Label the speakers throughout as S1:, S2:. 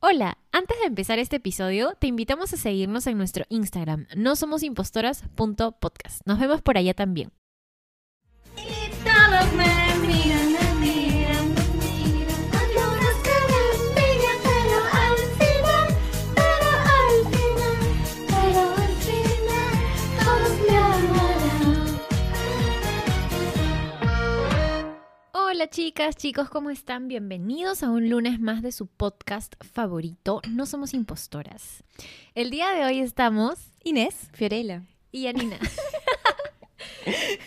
S1: Hola, antes de empezar este episodio, te invitamos a seguirnos en nuestro Instagram, no somos impostoras.podcast. Nos vemos por allá también.
S2: Y todos me miran, me miran, me miran. Algunos se me miran, pero al final, pero al final, pero al final, todos me amarán.
S1: Hola chicas, chicos, ¿cómo están? Bienvenidos a un lunes más de su podcast favorito, No somos impostoras. El día de hoy estamos
S3: Inés. Fiorella.
S1: y Anina.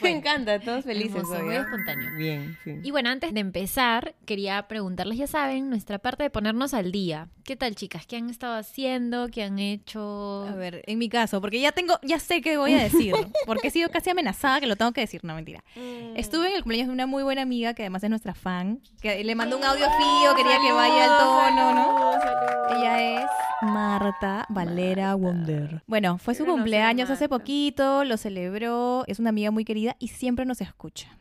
S3: Me encanta, todos felices
S1: Hermoso,
S3: hoy,
S1: muy
S3: ¿ah?
S1: espontáneo.
S3: Bien, sí.
S1: Y bueno, antes de empezar, quería preguntarles, ya saben, nuestra parte de ponernos al día. ¿Qué tal, chicas? ¿Qué han estado haciendo? ¿Qué han hecho?
S3: A ver, en mi caso, porque ya tengo, ya sé que voy a decirlo, porque he sido casi amenazada que lo tengo que decir, no mentira.
S1: Mm.
S3: Estuve en el cumpleaños de una muy buena amiga que además es nuestra fan, que le mandó un audio
S2: Oh,
S3: fío, quería que vaya al tono, ¿no? Ella es Marta Valera Wonder. Bueno, fue su
S1: Quiero conocer a
S3: cumpleaños hace
S1: Marta.
S3: poquito, lo celebró, es una amiga muy querida y siempre nos escucha.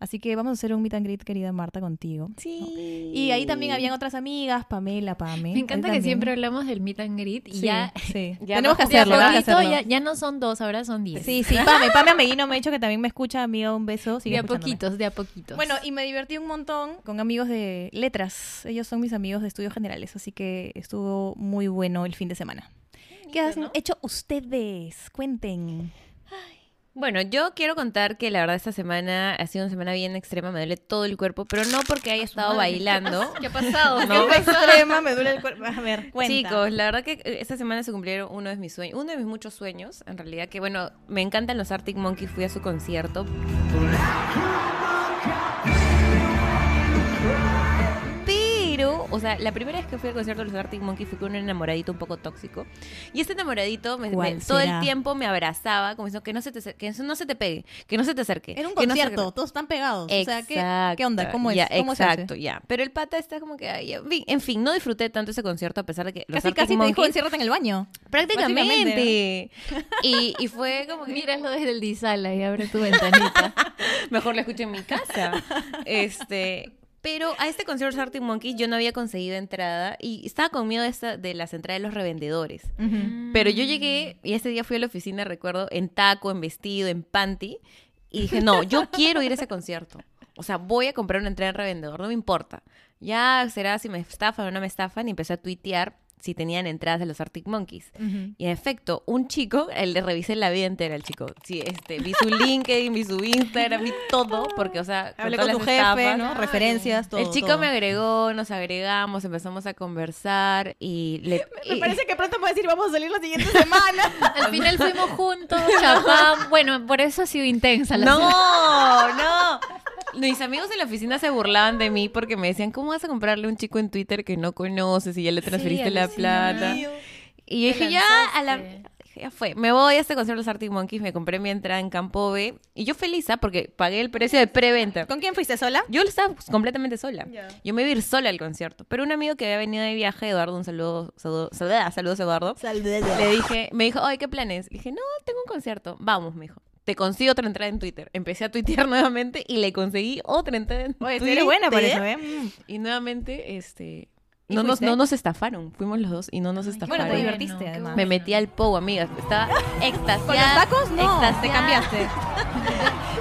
S3: Así que vamos a hacer un meet and greet, querida Marta, contigo.
S2: Sí.
S3: Y ahí también habían otras amigas, Pamela, Pame.
S1: Me encanta
S3: ahí
S1: que
S3: también.
S1: siempre hablamos del meet and greet y
S3: Sí,
S1: ya...
S3: sí.
S4: Ya
S3: tenemos que
S4: bajó.
S3: hacerlo,
S1: de a
S3: tenemos que
S1: poquito ya,
S3: hacerlo.
S1: ya no son dos, ahora son diez.
S3: Sí, sí, Pame, Pame Ameguino me ha dicho que también me escucha, amiga, un beso. sigue
S1: de a
S3: escuchándome.
S1: poquitos, de a poquitos.
S3: Bueno, y me divertí un montón con amigos de letras. Ellos son mis amigos de estudios generales, así que estuvo muy bueno el fin de semana. ¿Qué han hecho ustedes? Cuenten.
S4: Bueno, yo quiero contar que la verdad esta semana ha sido una semana bien extrema, me duele todo el cuerpo, pero no porque
S3: Ah,
S4: haya estado bailando.
S1: ¿qué ha pasado?
S4: No.
S3: extrema, me duele el cuerpo. A ver, cuenta.
S4: Chicos, la verdad que eh, esta semana se cumplieron uno de mis sueños, uno de mis muchos sueños, en realidad, que bueno, me encantan los Arctic Monkeys, fui a su concierto. Pero, o sea, la primera vez que fui al concierto de los Arctic Monkeys fui con un enamoradito un poco tóxico. Y este enamoradito me- me-
S3: ¿Cuál
S4: todo el
S3: será?
S4: tiempo me abrazaba, como diciendo que no se te, acer- que no se te pegue, que no se te acerque.
S3: Era un
S4: que no se-
S3: concierto, todos están pegados. O sea, ¿qué,
S4: Exacto.
S3: qué onda? ¿Cómo es?
S4: Ya,
S3: ¿Cómo se hace?
S4: exacto, ya. Pero el pata está como que ahí. En fin, en fin, no disfruté tanto ese concierto a pesar de que los
S3: Casi,
S4: Arctic
S3: casi te dijo,
S4: Monkeys-
S3: enciérrate en el baño.
S4: Prácticamente. Y, y fue como que.
S1: Míralo desde el disala y abre tu ventanita.
S4: Mejor la escucho en mi casa. Este. Pero a este concierto de Arctic Monkeys yo no había conseguido entrada y estaba con miedo de, esa- de las entradas de los revendedores.
S3: Ujú.
S4: Pero yo llegué y ese día fui a la oficina, recuerdo, en taco, en vestido, en panty. Y dije, no, yo quiero ir a ese concierto. O sea, voy a comprar una entrada en revendedor, no me importa. Ya será si me estafan o no me estafan. Y empecé a tuitear si tenían entradas de los Arctic Monkeys.
S3: Ujú.
S4: Y en efecto, un chico, él le revisé la vida entera al chico. Sí, este, vi su LinkedIn, vi su Instagram, vi todo, porque, o sea,
S3: Hablé con tu
S4: todas las
S3: jefe,
S4: estafas.
S3: ¿no? Referencias, todo.
S4: el chico me agregó, nos agregamos, empezamos a conversar y le... y-
S3: que pronto me va a decir, vamos a salir la siguiente semana.
S1: Al final fuimos juntos, chapam. Bueno, por eso ha sido intensa la cena.
S4: No, no. Mis amigos en la oficina se burlaban de mí porque me decían, ¿cómo vas a comprarle a un chico en Twitter que no conoces y ya le transferiste la plata? Y yo
S1: Te
S4: dije, ya, a la-
S1: lanzaste.
S4: dije, ya fue. Me voy a este concierto de los Arctic Monkeys, me compré mi entrada en Campo B y yo feliz, ¿ah? Porque pagué el precio de preventa.
S3: ¿Con quién fuiste sola?
S4: Yo estaba pues, completamente sola. Yo me iba a ir sola al concierto. Pero un amigo que había venido de viaje, Eduardo, un saludo, saludo, saluda- saludos Eduardo. Le dije, me dijo, ay, ¿qué planes? Le dije, no, tengo un concierto. Vamos, me dijo. Te consigo otra entrada en Twitter. Empecé a tuitear nuevamente y le conseguí otra entrada en
S3: Oye, tú
S4: Twitter.
S3: eres buena para eso, ¿eh?
S4: Y nuevamente, este...
S3: ¿Y
S4: No nos,
S3: fuiste?
S4: no nos estafaron. Fuimos los dos y no nos estafaron.
S3: Bueno, te
S1: Bueno,
S3: divertiste,
S1: qué
S3: además.
S4: Me metí al Pou, amigas. Estaba extasiada.
S3: ¿Con los tacos? No, te cambiaste.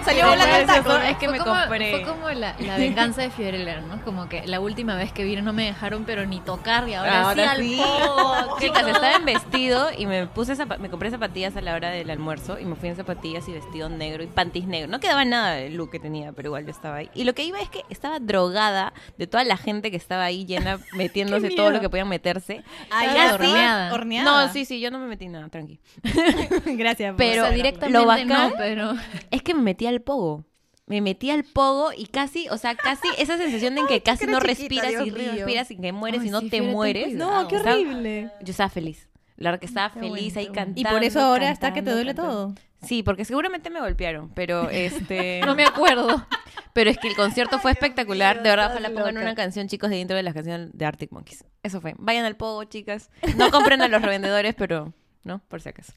S3: Salió volando el taco.
S4: Es que
S1: Fue
S4: me
S1: como-
S4: compré.
S1: Fue como la, la venganza de Fiorella, ¿no? Como que la última vez que vino no me dejaron, pero ni tocar, y ahora,
S4: Ahora
S1: sí,
S4: sí.
S1: al poco.
S4: Chicas, estaba en vestido y me puse zapa- me compré zapatillas a la hora del almuerzo y me fui en zapatillas y vestido negro y panties negro. No quedaba nada el look que tenía, pero igual yo estaba ahí. Y lo que iba es que estaba drogada de toda la gente que estaba ahí llena metiéndose todo
S3: miedo.
S4: lo que podían meterse.
S3: Ahí
S1: Estaba
S3: así,
S1: horneada.
S3: Ah, horneada.
S4: No, sí, sí, yo no me metí nada, tranqui.
S3: Gracias. por
S4: Pero-
S1: o sea,
S3: ser
S1: directamente
S4: lo bacán-
S1: no, pero...
S4: Es que me metí al pogo. Me metí al pogo y casi, o sea, casi esa sensación de en que casi
S3: que
S4: no
S3: eres chiquita,
S4: respiras y
S3: Dios mío.
S4: respiras y que mueres
S1: Ay,
S4: y no
S1: sí,
S4: te
S1: Fiore, ten
S4: mueres.
S1: cuidado.
S3: No, qué
S4: Estaba-
S3: horrible.
S4: Yo estaba feliz. La verdad que estaba
S1: Qué
S4: feliz
S1: bueno,
S4: ahí
S1: qué bueno.
S4: cantando.
S3: Y por eso ahora
S4: cantando,
S3: está que te duele
S4: cantando.
S3: todo.
S4: Sí, porque seguramente me golpearon, pero este.
S1: No me acuerdo.
S4: Pero es que el concierto fue espectacular. de verdad, ojalá pongan una canción, chicos, de dentro de las canciones de Arctic Monkeys. Eso fue. Vayan al pogo, chicas. No compren a los revendedores, pero. No, por si acaso.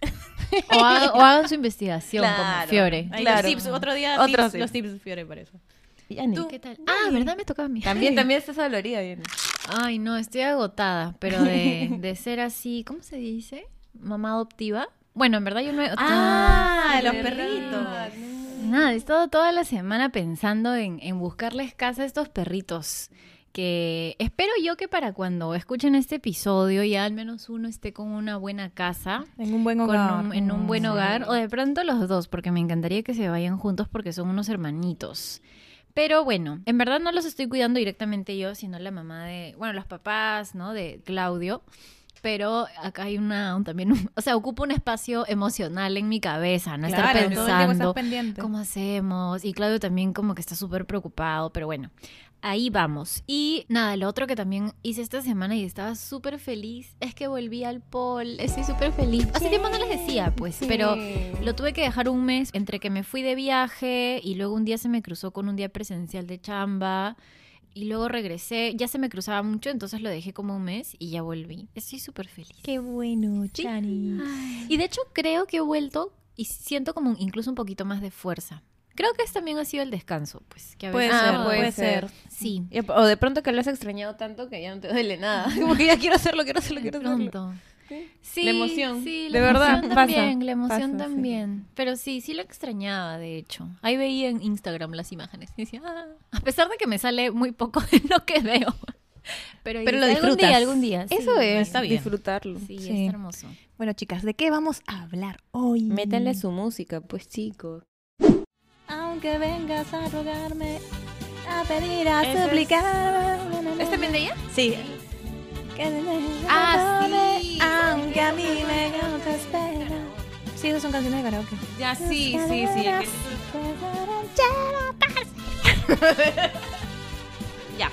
S1: O hagan, o hagan su investigación como
S4: Claro.
S1: Fiore.
S3: Ahí
S4: Claro.
S3: los tips, otro día
S4: Otro
S3: tips,
S4: tip.
S3: los tips, Fiore, para eso.
S4: Y Ani.
S1: ¿Qué tal? Ah, ¿verdad? Me tocaba a mí.
S4: También, también estás dolorida, Diana.
S1: Ay, no, estoy agotada, pero de, de ser así, ¿cómo se dice? Mamá adoptiva. Bueno, en verdad yo no he...
S3: Ah,
S1: de
S3: los
S1: verdad.
S3: perritos.
S1: Nada, he estado toda la semana pensando en, en buscarles casa a estos perritos. Que espero yo que para cuando escuchen este episodio ya al menos uno esté con una buena casa.
S3: En un buen
S1: con
S3: hogar.
S1: un- en un buen
S3: Mm.
S1: hogar. O de pronto los dos, porque me encantaría que se vayan juntos porque son unos hermanitos. Pero bueno, en verdad no los estoy cuidando directamente yo, sino la mamá de, bueno, los papás, ¿no? De Claudio. Pero acá hay una, un- también, un- o sea, ocupa un espacio emocional en mi cabeza, no
S3: Claro, todo
S1: estar
S3: el tiempo estás
S1: pensando,
S3: pendiente.
S1: ¿Cómo hacemos? Y Claudio también como que está súper preocupado, pero bueno, ahí vamos. Y nada, lo otro que también hice esta semana y estaba súper feliz es que volví al Pol, estoy súper feliz. Hace tiempo no les decía, pues, pero lo tuve que dejar un mes entre que me fui de viaje y luego un día se me cruzó con un día presencial de chamba. Y luego regresé, ya se me cruzaba mucho, entonces lo dejé como un mes y ya volví. Estoy súper feliz.
S3: Qué bueno, Chani.
S1: Y de hecho creo que he vuelto y siento como incluso un poquito más de fuerza. Creo que es también ha sido el descanso, pues, que a
S3: Puede
S1: veces-
S3: ser,
S4: Ah,
S3: puede,
S4: puede
S3: ser.
S4: ser.
S1: Sí,
S4: Y- O de pronto que lo has extrañado tanto que ya no te duele nada. Como que ya quiero hacerlo, quiero hacerlo,
S1: de
S4: quiero hacerlo.
S1: pronto. Sí,
S4: La emoción,
S1: sí, la
S4: de
S1: emoción
S4: verdad, pasa,
S1: también, la emoción
S4: pasa, sí.
S1: también. Pero sí, sí lo extrañaba, de hecho. Ahí veía en Instagram las imágenes y decía, "Ah", a pesar de que me sale muy poco de lo que veo. Pero, ahí
S3: Pero
S1: dice,
S3: lo
S1: algún
S3: disfrutas.
S1: día, algún día. sí,
S4: Eso es,
S3: está bien.
S4: disfrutarlo.
S1: Sí,
S3: Sí.
S1: es hermoso.
S3: Bueno, chicas, ¿de qué vamos a hablar hoy?
S4: Métanle su música, pues chicos.
S3: Aunque vengas a rogarme, a pedir, a
S4: Ese es-
S3: suplicar.
S4: ¿Este
S3: Este
S4: ¿Es también de ella?
S3: Sí.
S4: Ah, sí.
S3: Aunque a mí me causa espera. Sí, esas son canciones de karaoke.
S4: Ya, sí, sí, sí. Ya.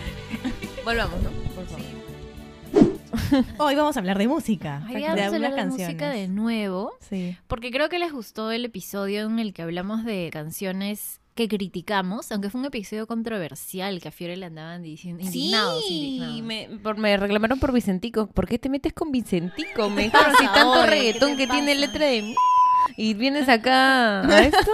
S4: Volvamos, ¿no? Por favor.
S3: Hoy vamos a hablar de música.
S1: Hoy día vamos a hablar de música de nuevo.
S3: Sí.
S1: Porque creo que les gustó el episodio en el que hablamos de canciones que criticamos, aunque fue un episodio controversial que a Fiore le andaban diciendo indignados,
S4: Sí,
S1: indignados.
S4: me, por- me reclamaron por Vicentico. ¿Por qué te metes con Vicentico? Me
S1: pasa
S4: dijeron si tanto
S1: ahora?
S4: reggaetón
S1: ¿Qué te
S4: que tiene
S1: pasa?
S4: letra de mí. Y vienes acá a esto.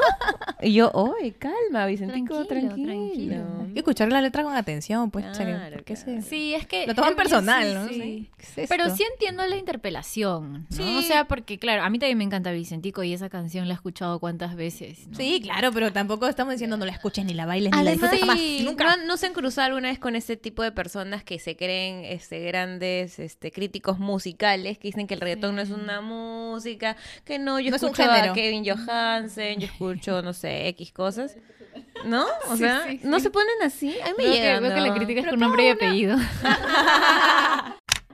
S4: Y yo, oye, calma, Vicentico,
S1: Tranquilo,
S4: tranquilo.
S1: tranquilo.
S3: Hay que escuchar la letra con atención, pues, chévere.
S4: Claro,
S3: ¿por qué se-
S4: claro.
S1: Sí, es que
S3: Lo toman
S1: eh,
S3: personal,
S1: sí,
S3: ¿no?
S1: sí.
S3: Sí. ¿Qué es
S1: Pero
S3: esto?
S1: sí entiendo la interpelación, ¿no?
S4: Sí.
S1: O sea, porque claro, a mí también me encanta Vicentico y esa canción la he escuchado cuántas veces. ¿no?
S3: Sí, claro, pero tampoco estamos diciendo no la escuches ni la bailes ni la
S1: Además,
S3: disfrutes jamás.
S4: Sí,
S3: Nunca.
S4: ¿No, han- no se han cruzado alguna vez con ese tipo de personas que se creen este, grandes este, críticos musicales, que dicen que el reggaetón no es una música, que no, yo
S3: No es un
S4: escucho
S3: género.
S4: a Kevin Johansen, yo escucho, no sé, X cosas. ¿No? O sea,
S1: sí,
S4: no se ponen así. A mí me
S1: Veo que-
S4: llegan,
S1: veo que la
S4: ¿no?
S1: crítica es con nombre y apellido.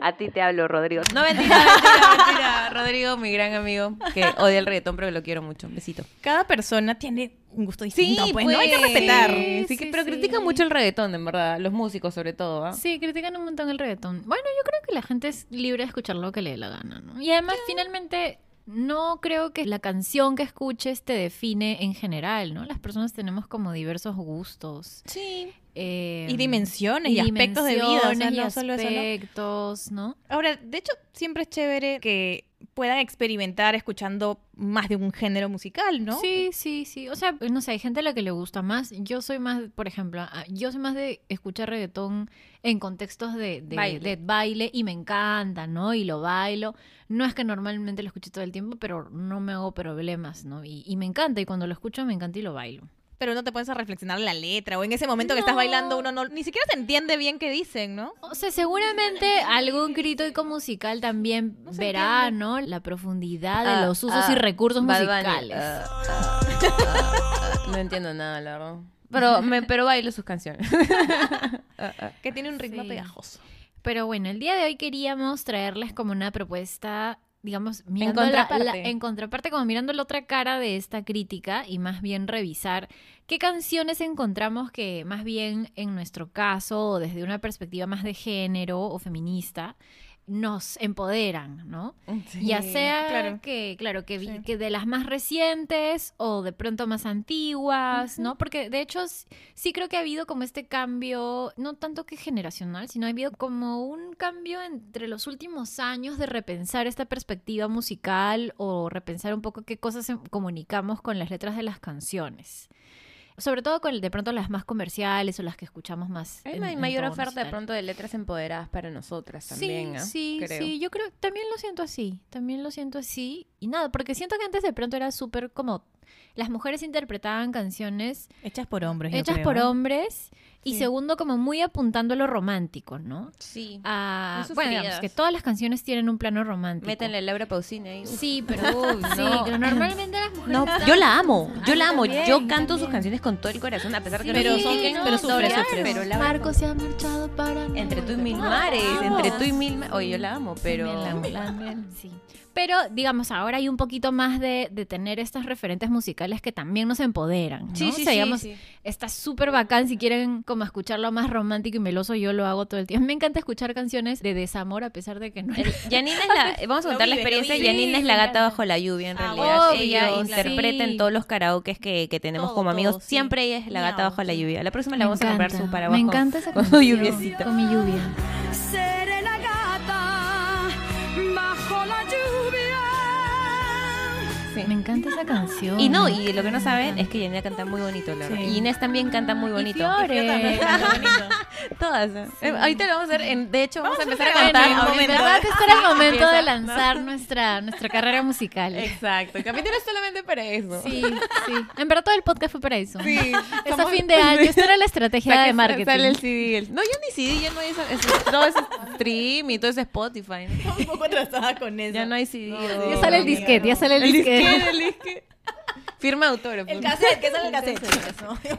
S4: A ti te hablo, Rodrigo. No, mentira, mentira, mentira. Rodrigo, mi gran amigo, que odia el reggaetón, pero lo quiero mucho. Un besito.
S3: Cada persona tiene un gusto distinto, pues, no hay que
S4: pues.
S3: respetar.
S4: Sí,
S1: Sí,
S4: que-
S1: sí,
S4: pero
S1: sí.
S4: critican mucho el reggaetón, en verdad. Los músicos, sobre todo. ¿ah?
S1: Sí, critican un montón el reggaetón. Bueno, yo creo que la gente es libre de escuchar lo que le dé la gana, ¿no? Y además, finalmente, no creo que la canción que escuches te define en general, ¿no? Las personas tenemos como diversos gustos.
S4: Sí.
S1: eh,
S3: Y dimensiones y, aspectos de vida, o sea,
S1: dimensiones y
S3: no solo eso, ¿no?
S1: aspectos, ¿no?
S3: Ahora, de hecho, siempre es chévere que puedan experimentar escuchando más de un género musical, ¿no?
S1: Sí, sí, sí. O sea, no sé, hay gente a la que le gusta más. Yo soy más, por ejemplo, a- yo soy más de escuchar reggaetón en contextos de, de- de baile.
S4: Baile.
S1: y me encanta, ¿no? Y lo bailo. No es que normalmente lo escuche todo el tiempo, pero no me hago problemas, ¿no? Y, y me encanta, y cuando lo escucho me encanta y lo bailo.
S3: Pero no te pones a reflexionar la letra o en ese momento que estás
S1: No.
S3: bailando uno no ni siquiera se entiende bien qué dicen, ¿no?
S1: O sea, seguramente algún crítico musical también
S3: se
S1: verá,
S3: entiende.
S1: ¿no? La profundidad de
S4: Ah,
S1: los usos
S4: ah,
S1: y recursos
S4: Bad Bunny,
S1: musicales.
S4: ah, ah, ah, no entiendo nada, la verdad. Pero, me, pero bailo sus canciones.
S3: Que tiene un ritmo
S1: Sí.
S3: pegajoso.
S1: Pero bueno, el día de hoy queríamos traerles como una propuesta, digamos, mirando
S3: contraparte.
S1: La, la- en contraparte, como mirando la otra cara de esta crítica y más bien revisar qué canciones encontramos que más bien en nuestro caso, o desde una perspectiva más de género o feminista, nos empoderan, ¿no? ya sea
S3: claro.
S1: que, claro, que, vi-
S3: Sí.
S1: que de las más recientes o de pronto más antiguas, ¿no? Porque de hecho s- sí creo que ha habido como este cambio, no tanto que generacional, sino ha habido como un cambio entre los últimos años de repensar esta perspectiva musical o repensar un poco qué cosas em- comunicamos con las letras de las canciones. sobre todo con de pronto las más comerciales o las que escuchamos más.
S4: Hay
S1: en-
S4: ma-
S1: en
S4: mayor
S1: tonos y
S4: oferta de
S1: tal.
S4: pronto de letras empoderadas para nosotras también. ¿ah?
S1: sí,
S4: Creo.
S1: sí, yo creo, también lo siento así, también lo siento así. Y nada, porque siento que antes de pronto era súper como, las mujeres interpretaban canciones
S3: Hechas por hombres. yo
S1: hechas
S3: creo.
S1: por hombres y
S3: Sí.
S1: segundo como muy apuntando a lo romántico, ¿no?
S4: Sí.
S1: Ah,
S4: Ah,
S1: A,
S4: Muy
S1: bueno, digamos
S4: sufridas.
S1: que todas las canciones tienen un plano romántico.
S4: Métanle Laura Pausini ahí.
S1: Sí, pero sí,
S4: no.
S1: pero normalmente las mujeres
S4: No,
S1: están-
S4: yo la amo, yo
S1: A mí
S4: la amo,
S1: también,
S4: yo canto sus
S1: también.
S4: canciones con todo el corazón, a pesar que
S3: Pero
S4: no
S3: son-
S4: sí,
S3: pero sufre,
S4: claro.
S3: sufre.
S4: Pero la-
S2: Marco se ha marchado para no
S4: entre tú y mil
S2: volver.
S4: mares,
S1: amo.
S4: entre tú y mil mares. Oye, yo la amo, pero
S1: También la amo, también, sí. Pero digamos, ahora hay un poquito más de, de tener estos referentes musicales que también nos empoderan. ¿no?
S4: Sí,
S1: O
S4: sí,
S1: sea,
S4: sí,
S1: digamos,
S4: sí.
S1: Está súper bacán si quieren como escucharlo más romántico y meloso, yo lo hago todo el tiempo. Me encanta escuchar canciones de desamor a pesar de que no.
S4: El- Yanina es la, vamos a contar la
S3: vives, lo
S4: experiencia.
S3: vives.
S4: Yanina es la gata bajo la lluvia en
S3: Ah,
S4: realidad.
S1: obvio,
S4: ella
S1: claro.
S4: interpreta
S1: Sí.
S4: en todos los karaokes que, que tenemos
S3: Todo,
S4: como amigos.
S3: todo, sí.
S4: Siempre ella es la gata
S3: Miau,
S4: bajo la
S3: sí.
S4: lluvia. La próxima
S1: Me
S4: la vamos a comprar
S1: encanta,
S4: su paraguas.
S1: Me
S4: con-
S1: encanta esa
S4: con su
S1: canción,
S4: lluviecita.
S1: Con mi lluvia.
S5: Seré la gata bajo la lluvia.
S4: Sí.
S1: Me encanta esa canción.
S4: Y no, y lo que no saben es que Yanina canta muy bonito, la verdad.
S3: Sí.
S4: Y Inés también canta muy bonito.
S1: Fiore.
S4: Todas. ¿eh? Eh, Ahorita lo vamos a hacer. en- de hecho, vamos, a empezar a
S1: Bueno,
S4: cantar.
S1: en
S4: ahorita.
S1: verdad este era el momento de
S4: empieza,
S1: lanzar nuestra, nuestra carrera musical.
S4: Exacto. El capítulo es solamente para eso.
S1: Sí, sí. En verdad todo el podcast fue para eso.
S4: Sí.
S1: Es a
S4: Somos-
S1: fin de año. Esta era la estrategia
S4: Saca-
S1: de marketing.
S4: Sale el CD. el- No, yo ni CD, ya no hay eso. eso- todo es stream y todo es Spotify. ¿no?
S3: un poco atrasada con eso.
S4: Ya no hay CD.
S3: No,
S1: Ya sale el disquete, ya sale el, disquete.
S4: el disquete. Firma de autógrafo.
S3: El cassette, que sale el cassette.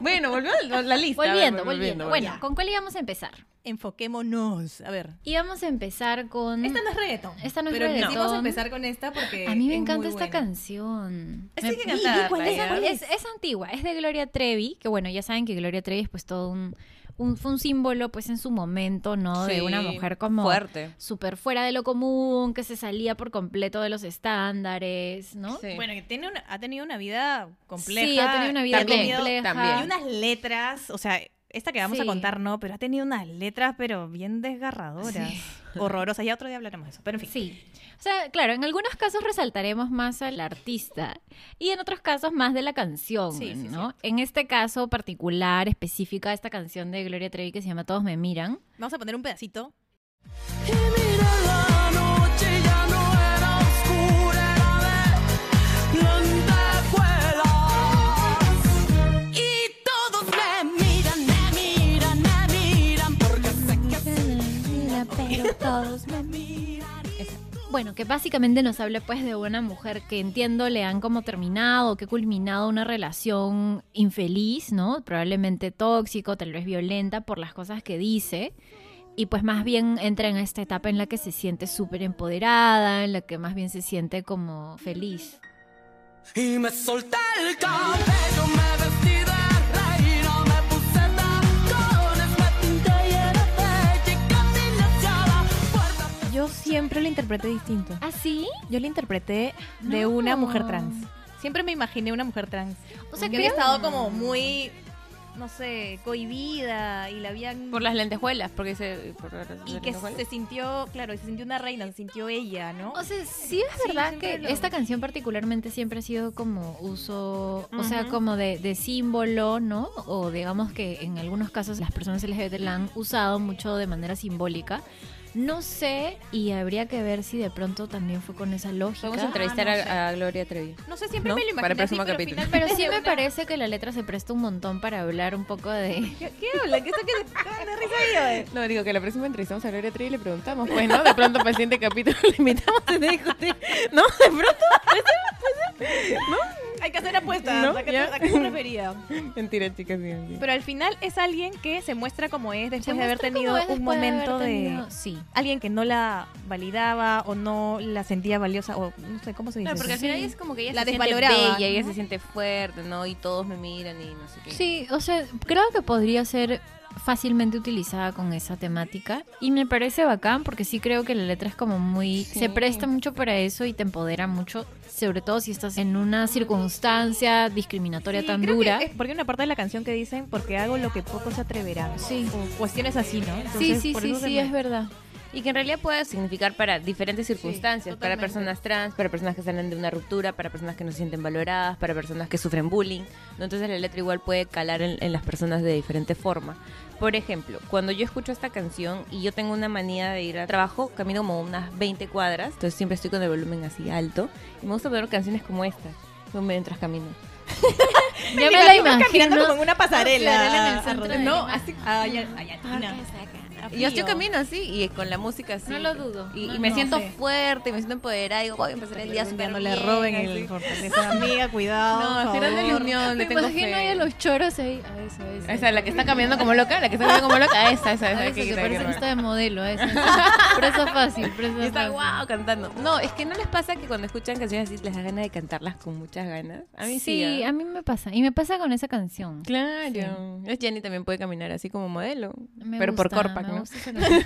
S4: Bueno, volvió a la lista.
S1: Volviendo,
S4: A ver,
S1: volviendo. Bueno, ¿con cuál íbamos a empezar?
S3: Enfoquémonos. A ver.
S1: Íbamos a empezar con...
S3: Esta no es reggaetón.
S1: Mm. Esta no es
S3: pero
S1: reggaetón.
S3: quisimos empezar con esta porque.
S1: A mí me
S3: es
S1: encanta
S3: muy
S1: esta
S3: buena.
S1: canción.
S4: Esta hay que
S1: Me-
S4: cantarla,
S1: Es,
S4: ya.
S1: es- es antigua, es de Gloria Trevi, que bueno, ya saben que Gloria Trevi es pues todo un, un- fue un símbolo pues en su momento, ¿no? de
S4: Sí,
S1: una mujer como
S4: fuerte.
S1: súper fuera de lo común, que se salía por completo de los estándares, ¿no?
S4: Sí.
S3: Bueno, que tiene una- ha tenido una vida compleja.
S1: Sí, ha tenido una vida
S4: también,
S3: comido-
S1: compleja.
S4: también.
S3: Y unas letras, o sea, esta que vamos
S1: Sí.
S3: a contar no, pero ha tenido unas letras, pero bien desgarradoras. Horrorosas. Ya otro día hablaremos de eso, pero en fin.
S1: Sí. O sea, claro, en algunos casos resaltaremos más al artista y en otros casos más de la canción,
S3: Sí, sí,
S1: ¿no? En este caso particular, específica, esta canción de Gloria Trevi que se llama Todos me miran.
S3: Vamos a poner un pedacito.
S5: Y mira la noche ya no era oscura, era de lentejuelas. Y todos me miran, me miran, me miran, porque sé que
S2: Pero todos me
S1: Bueno, que básicamente nos habla pues de una mujer que entiendo le han como terminado, que ha culminado una relación infeliz, ¿no? Probablemente tóxico, tal vez violenta por las cosas que dice. Y pues más bien entra en esta etapa en la que se siente súper empoderada, en la que más bien se siente como feliz.
S5: Y me solté el cabello, me vestí de reina, me puse tacones, me pinté y era bella y caminé hacia la puerta.
S3: Yo siempre lo interpreté distinto.
S1: ¿Ah, sí?
S3: Yo lo interpreté de
S1: No.
S3: una mujer trans. Siempre me imaginé una mujer trans.
S1: O sea,
S3: que había estado como muy, no sé, cohibida y la habían...
S4: Por las lentejuelas, porque se. Por las
S3: y que
S4: lentejuelas.
S3: se sintió, claro, se sintió una reina, se sintió ella, ¿no?
S1: O sea, sí es
S3: Sí,
S1: verdad
S3: siempre
S1: que
S3: lo-
S1: esta canción particularmente siempre ha sido como uso, o sea,
S4: Ujú.
S1: como de, de símbolo, ¿no? O digamos que en algunos casos las personas LGBT la han usado mucho de manera simbólica. No sé, y habría que ver si de pronto también fue con esa lógica.
S4: Vamos a entrevistar
S3: Ah, no
S4: a-
S3: sé.
S4: a, Gloria Trevi.
S3: no sé, siempre
S4: ¿no?
S3: me lo imaginé
S4: Para el
S3: así,
S4: próximo
S3: pero
S4: capítulo.
S1: Pero
S3: finalmente
S1: sí
S3: de
S1: me
S3: una-
S1: parece que la letra se presta un montón para hablar un poco de...
S3: ¿Qué, qué habla? ¿Qué está que te cagan de risa ahí,
S1: eh.
S3: oye?
S4: No, digo que la próxima entrevistamos a Gloria Trevi y le preguntamos, pues, ¿no? De pronto para el siguiente capítulo le invitamos a ese discote- No, de pronto.
S3: Hay que hacer apuestas,
S4: ¿No?
S3: ¿a qué te-
S4: Ya.
S3: a qué te refería?
S4: Mentira, chicas. sí, sí.
S3: Pero al final es alguien que se muestra como es después
S1: Se
S3: de haber
S1: muestra cómo
S3: tenido
S1: es
S3: un
S1: después de haber
S3: momento de...
S1: tenido- Sí.
S3: Alguien que no la validaba o no la sentía valiosa o no sé cómo se dice.
S4: Claro, porque al
S3: eso?
S4: final es como que ella
S3: La
S4: se siente
S3: desvaloraba,
S4: bella, ella
S3: ¿no?
S4: se siente fuerte, ¿no? Y todos me miran y no sé qué.
S1: Sí, o sea, creo que podría ser fácilmente utilizada con esa temática y me parece bacán porque sí creo que la letra es como muy
S4: Sí.
S1: se presta mucho para eso y te empodera mucho, sobre todo si estás en una circunstancia discriminatoria
S3: Sí,
S1: tan
S3: creo que
S1: dura.
S3: es porque hay una parte de la canción que dicen porque hago lo que pocos se atreverán.
S1: Sí.
S3: O cuestiones así, ¿no?
S1: Sí,
S3: Entonces,
S1: sí,
S3: por
S1: sí,
S3: eso se
S1: sí,
S3: me-
S1: es verdad.
S4: y que en realidad puede significar para diferentes circunstancias, para
S1: totalmente.
S4: personas trans, para personas que salen de una ruptura, para personas que no se sienten valoradas, para personas que sufren bullying. ¿no? Entonces la letra igual puede calar en, en las personas de diferente forma. Por ejemplo, cuando yo escucho esta canción y yo tengo una manía de ir al trabajo, camino como unas 20 cuadras, entonces siempre estoy con el volumen así alto y me gusta poner canciones como esta mientras camino.
S1: Ya me la
S6: caminando
S1: imagino.
S6: como en una pasarela.
S1: pasarela en el centro Ah, de
S6: no,
S1: Lima.
S6: así. ah,
S3: Ay, ay, ay, Tina.
S4: Y yo estoy camino así y con la música así.
S1: No lo dudo.
S4: Y,
S1: No,
S4: y me
S1: no.
S4: siento
S1: Sí.
S4: fuerte, y me siento empoderada. Y digo, voy a empezar el día
S6: Que
S4: súper
S6: no le
S4: bien,
S6: roben
S4: así.
S6: el fortaleza. Amiga, cuidado.
S4: No,
S6: por
S4: al final de la
S6: favor.
S4: unión, le
S1: Me
S4: tengo
S1: imagino ahí
S4: fe.
S1: a los choros ahí. A eso, a eso.
S4: Esa, la que está caminando como loca, la que está caminando como loca, esa, esa, esa.
S1: A
S4: que-
S1: eso,
S4: que-
S1: que
S4: que-
S1: parece que
S4: que-
S1: está de modelo. a eso, a eso. Presa fácil, presa
S4: Y está
S1: fácil.
S4: guau cantando. No, es que no les pasa que cuando escuchan canciones así les da ganas de cantarlas con muchas ganas. A mí sí.
S1: sí,
S4: ¿ah?
S1: a mí me pasa. Y me pasa con esa canción.
S4: Claro. Es Jenny también puede caminar así como modelo.
S1: Me
S4: pero por
S1: gusta,
S4: Corpac,
S1: me
S4: ¿no?
S1: gusta esa canción.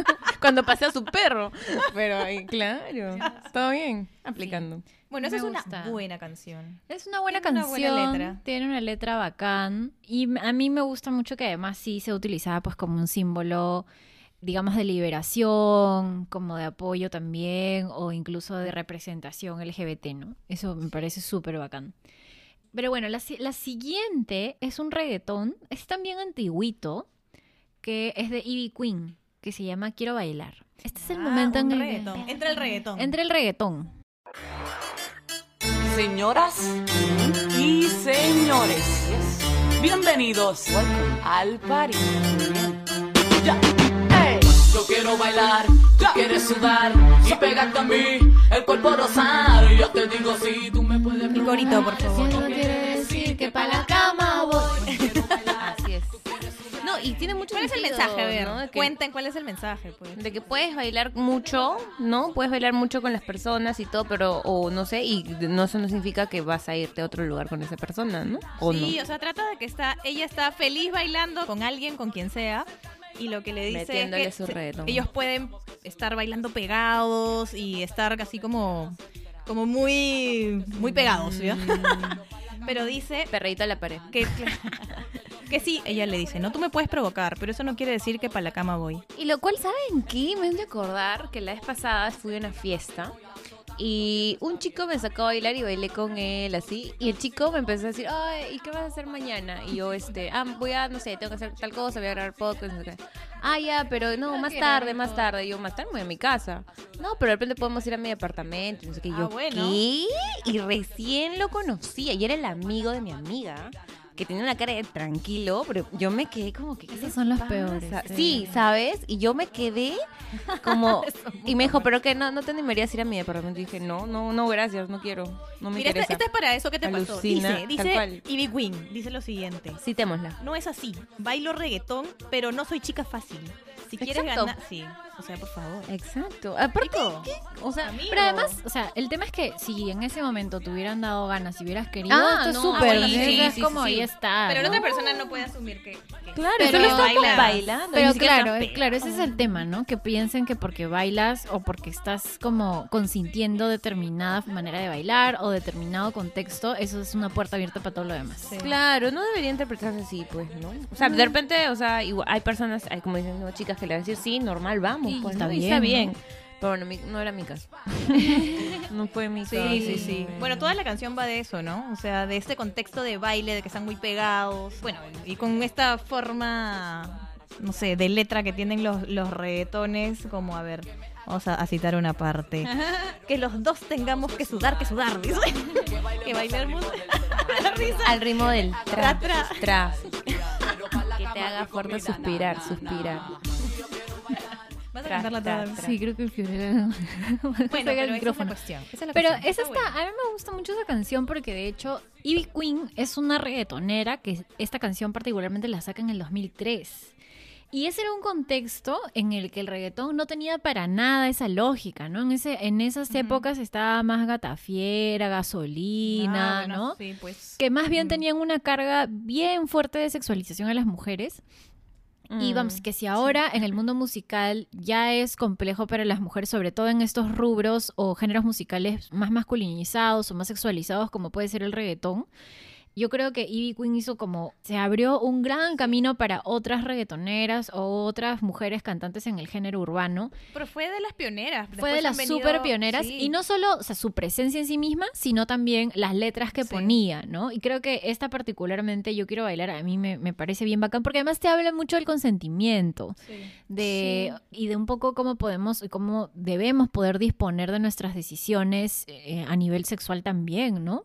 S4: Cuando pasea su perro. Pero ay, claro. Todo bien. Aplicando.
S6: Bueno, esa
S1: Me
S6: es una
S1: gusta.
S6: buena canción.
S1: Es una buena
S6: Tiene una buena
S1: canción,
S6: letra.
S1: tiene una letra bacán y m- a mí me gusta mucho que además sí se utilizaba pues como un símbolo, digamos, de liberación, como de apoyo también o incluso de representación LGBT, ¿no? Eso me parece súper bacán. Pero bueno, la, si- la siguiente es un reggaetón, es también antiguito, que es de Ivy Queen, que se llama Quiero Bailar. Este es el
S6: Ah,
S1: momento
S6: un
S1: en el...
S6: reggaetón. Entra el reggaetón.
S1: Entre el reggaetón.
S7: Señoras y señores, bienvenidos al party. Ya, ey. Yo quiero bailar, tú quieres sudar y pegarte a mí el cuerpo rosado. Yo te digo si tú me puedes
S6: Mi corito, por favor.
S1: Eso quiere decir que para la cama voy.
S4: Así es. No, y tiene mucho
S3: ¿Cuál es el
S4: sentido,
S3: mensaje? A ver,
S4: ¿no? De que-
S3: cuenten cuál es el mensaje, pues.
S4: de que puedes bailar mucho, ¿no? Puedes bailar mucho con las personas y todo, pero, o no sé, y no, eso no significa que vas a irte a otro lugar con esa persona, ¿no? O
S3: sí,
S4: no.
S3: o sea, trata de que está, ella está feliz bailando con alguien, con quien sea. Y lo que le dice
S4: Metiéndole
S3: es que
S4: su
S3: se-
S4: reggaetón.
S3: ellos pueden estar bailando pegados y estar así como, como muy, muy pegados, ¿ya?
S4: Mm.
S3: Pero dice
S4: Perreíto a la pared.
S3: que, que sí, ella le dice, no, tú me puedes provocar, pero eso no quiere decir que para la cama voy.
S4: Y lo cual, ¿saben qué? Me han de acordar que la vez pasada fui a una fiesta y un chico me sacó a bailar y bailé con él así. Y el chico me empezó a decir, ay, ¿y qué vas a hacer mañana? Y yo, este, ah, voy a, no sé, tengo que hacer tal cosa, voy a grabar podcast. no sé qué. Ah, ya, pero no, más tarde, más tarde. Y yo, más tarde me voy a mi casa. No, pero de repente podemos ir a mi departamento. y No sé qué. Y
S3: Ah,
S4: yo,
S3: bueno.
S4: ¿qué? Y recién lo conocía y era el amigo de mi amiga. Que tenía una cara de tranquilo, pero yo me quedé como que. ¿qué
S1: Esos
S4: le
S1: son los
S4: pasa?
S1: peores,
S4: Ah, Sí,
S1: sí.
S4: ¿sabes? Y yo me quedé como... y me dijo, pero que no, no te animarías a ir a mi departamento. Y dije, no, no, no, gracias, no quiero. No me
S3: Mira, este, esta,
S4: interesa.
S3: esta es para eso que te pasó.
S4: Alucina,
S3: Dice,
S4: tal
S3: dice
S4: cual.
S3: Ivy Queen, dice lo siguiente.
S4: Citémosla.
S3: No es así. Bailo reggaetón, pero no soy chica fácil. Si quieres
S4: Exacto.
S3: ganar, sí. O sea, por favor.
S4: Exacto. Aparte,
S3: Chico,
S4: o sea...
S3: amigo.
S1: Pero además, o sea, el tema es que si en ese momento te hubieran dado ganas, si hubieras querido,
S4: Ah,
S1: esto es
S4: no,
S1: súper,
S4: ah, bueno,
S1: ¿no?
S4: sí,
S1: Eso es
S4: sí,
S1: como
S4: sí, sí.
S1: ahí está.
S3: Pero
S1: ¿no?
S3: la otra persona Ah, no puede asumir que. que-
S4: Claro,
S1: Pero
S4: solo estamos
S3: baila.
S4: bailando. ni
S1: Pero
S4: siquiera
S1: claro,
S4: están
S1: eh, claro, ese es el tema, ¿no? Que piensen que porque bailas o porque estás como consintiendo determinada manera de bailar o determinado contexto, eso es una puerta abierta para todo lo demás.
S4: Claro, no debería interpretarse así, pues, ¿no? O sea, de repente, o sea, igual- hay personas, hay como dicen, no, chicas que le van a decir, sí, normal, vamos,
S1: Y
S4: pues,
S1: está
S4: ¿no? Y está
S1: bien,
S4: bien.
S1: ¿no?
S4: Pero bueno, mi- no era mi caso. no fue mi caso.
S3: Sí, sí, sí. Bueno, toda la canción va de eso, ¿no? O sea, de este contexto de baile, de que están muy pegados. Bueno, y con esta forma, no sé, de letra que tienen los, los reggaetones, como a ver. Vamos a, a citar una parte. Que los dos tengamos que sudar, que sudar, dice. Que bailemos. La risa.
S4: Al ritmo del tra,
S3: Tra,
S4: tra. Que te haga fuerte suspirar, suspirar.
S3: Vas a
S4: Tra,
S3: cantarla
S4: tra,
S3: toda.
S4: tra.
S1: Sí, creo que el Fiorella
S3: Bueno, pero
S1: el
S3: esa es la
S1: micrófono.
S3: cuestión. Esa es la
S1: Pero
S3: cuestión. Ah,
S1: esa
S3: Está
S1: está, a mí me gusta mucho esa canción porque de hecho Ivy Queen es una reggaetonera que esta canción particularmente la saca en el 2003. Y ese era un contexto en el que el reggaetón no tenía para nada esa lógica, ¿no? En, ese, en esas épocas estaba más gatafiera, gasolina,
S3: Ah, bueno,
S1: ¿no?
S3: Sí, pues.
S1: Que más bien tenían una carga bien fuerte de sexualización a las mujeres. Y vamos, que si ahora en el mundo musical ya es complejo para las mujeres, sobre todo en estos rubros o géneros musicales más masculinizados o más sexualizados, como puede ser el reggaetón, Yo creo que Ivy Queen hizo como, se abrió un gran camino para otras reggaetoneras o otras mujeres cantantes en el género urbano.
S3: Pero fue de las pioneras.
S1: Fue de las super pioneras y no solo o sea, su presencia en sí misma, sino también las letras que
S3: Sí.
S1: ponía, ¿no? Y creo que esta particularmente, Yo Quiero Bailar, a mí me, me parece bien bacán, porque además te habla mucho del consentimiento de y de un poco cómo podemos y cómo debemos poder disponer de nuestras decisiones eh, a nivel sexual también, ¿no?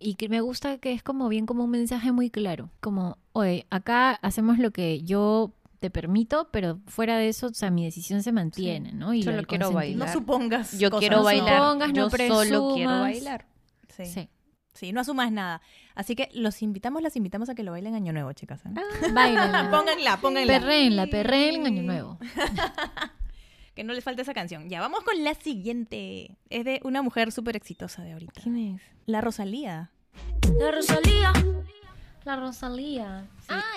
S1: Y que me gusta que es como bien como un mensaje muy claro, como, oye, acá hacemos lo que yo te permito, pero fuera de eso, o sea, mi decisión se mantiene, ¿no? Y lo
S4: Solo
S1: del
S4: quiero
S1: consentimiento.
S4: bailar.
S3: No supongas.
S4: Yo
S3: cosas,
S4: quiero
S3: no
S4: bailar.
S1: supongas,
S4: Yo
S1: no
S4: solo quiero
S1: presumas.
S4: bailar.
S3: supongas. Sí. sí.
S1: Sí.
S3: no asumas nada. Así que los invitamos, las invitamos a que lo bailen Año Nuevo, chicas. ¿eh?
S4: Ah.
S1: Bailen.
S6: Pónganla, pónganla.
S1: Perréenla, perréenla en Año Nuevo.
S3: Que no les falte esa canción. Ya, vamos con la siguiente. Es de una mujer súper exitosa de ahorita.
S4: ¿Quién es?
S3: La Rosalía.
S2: La Rosalía.
S1: La Rosalía.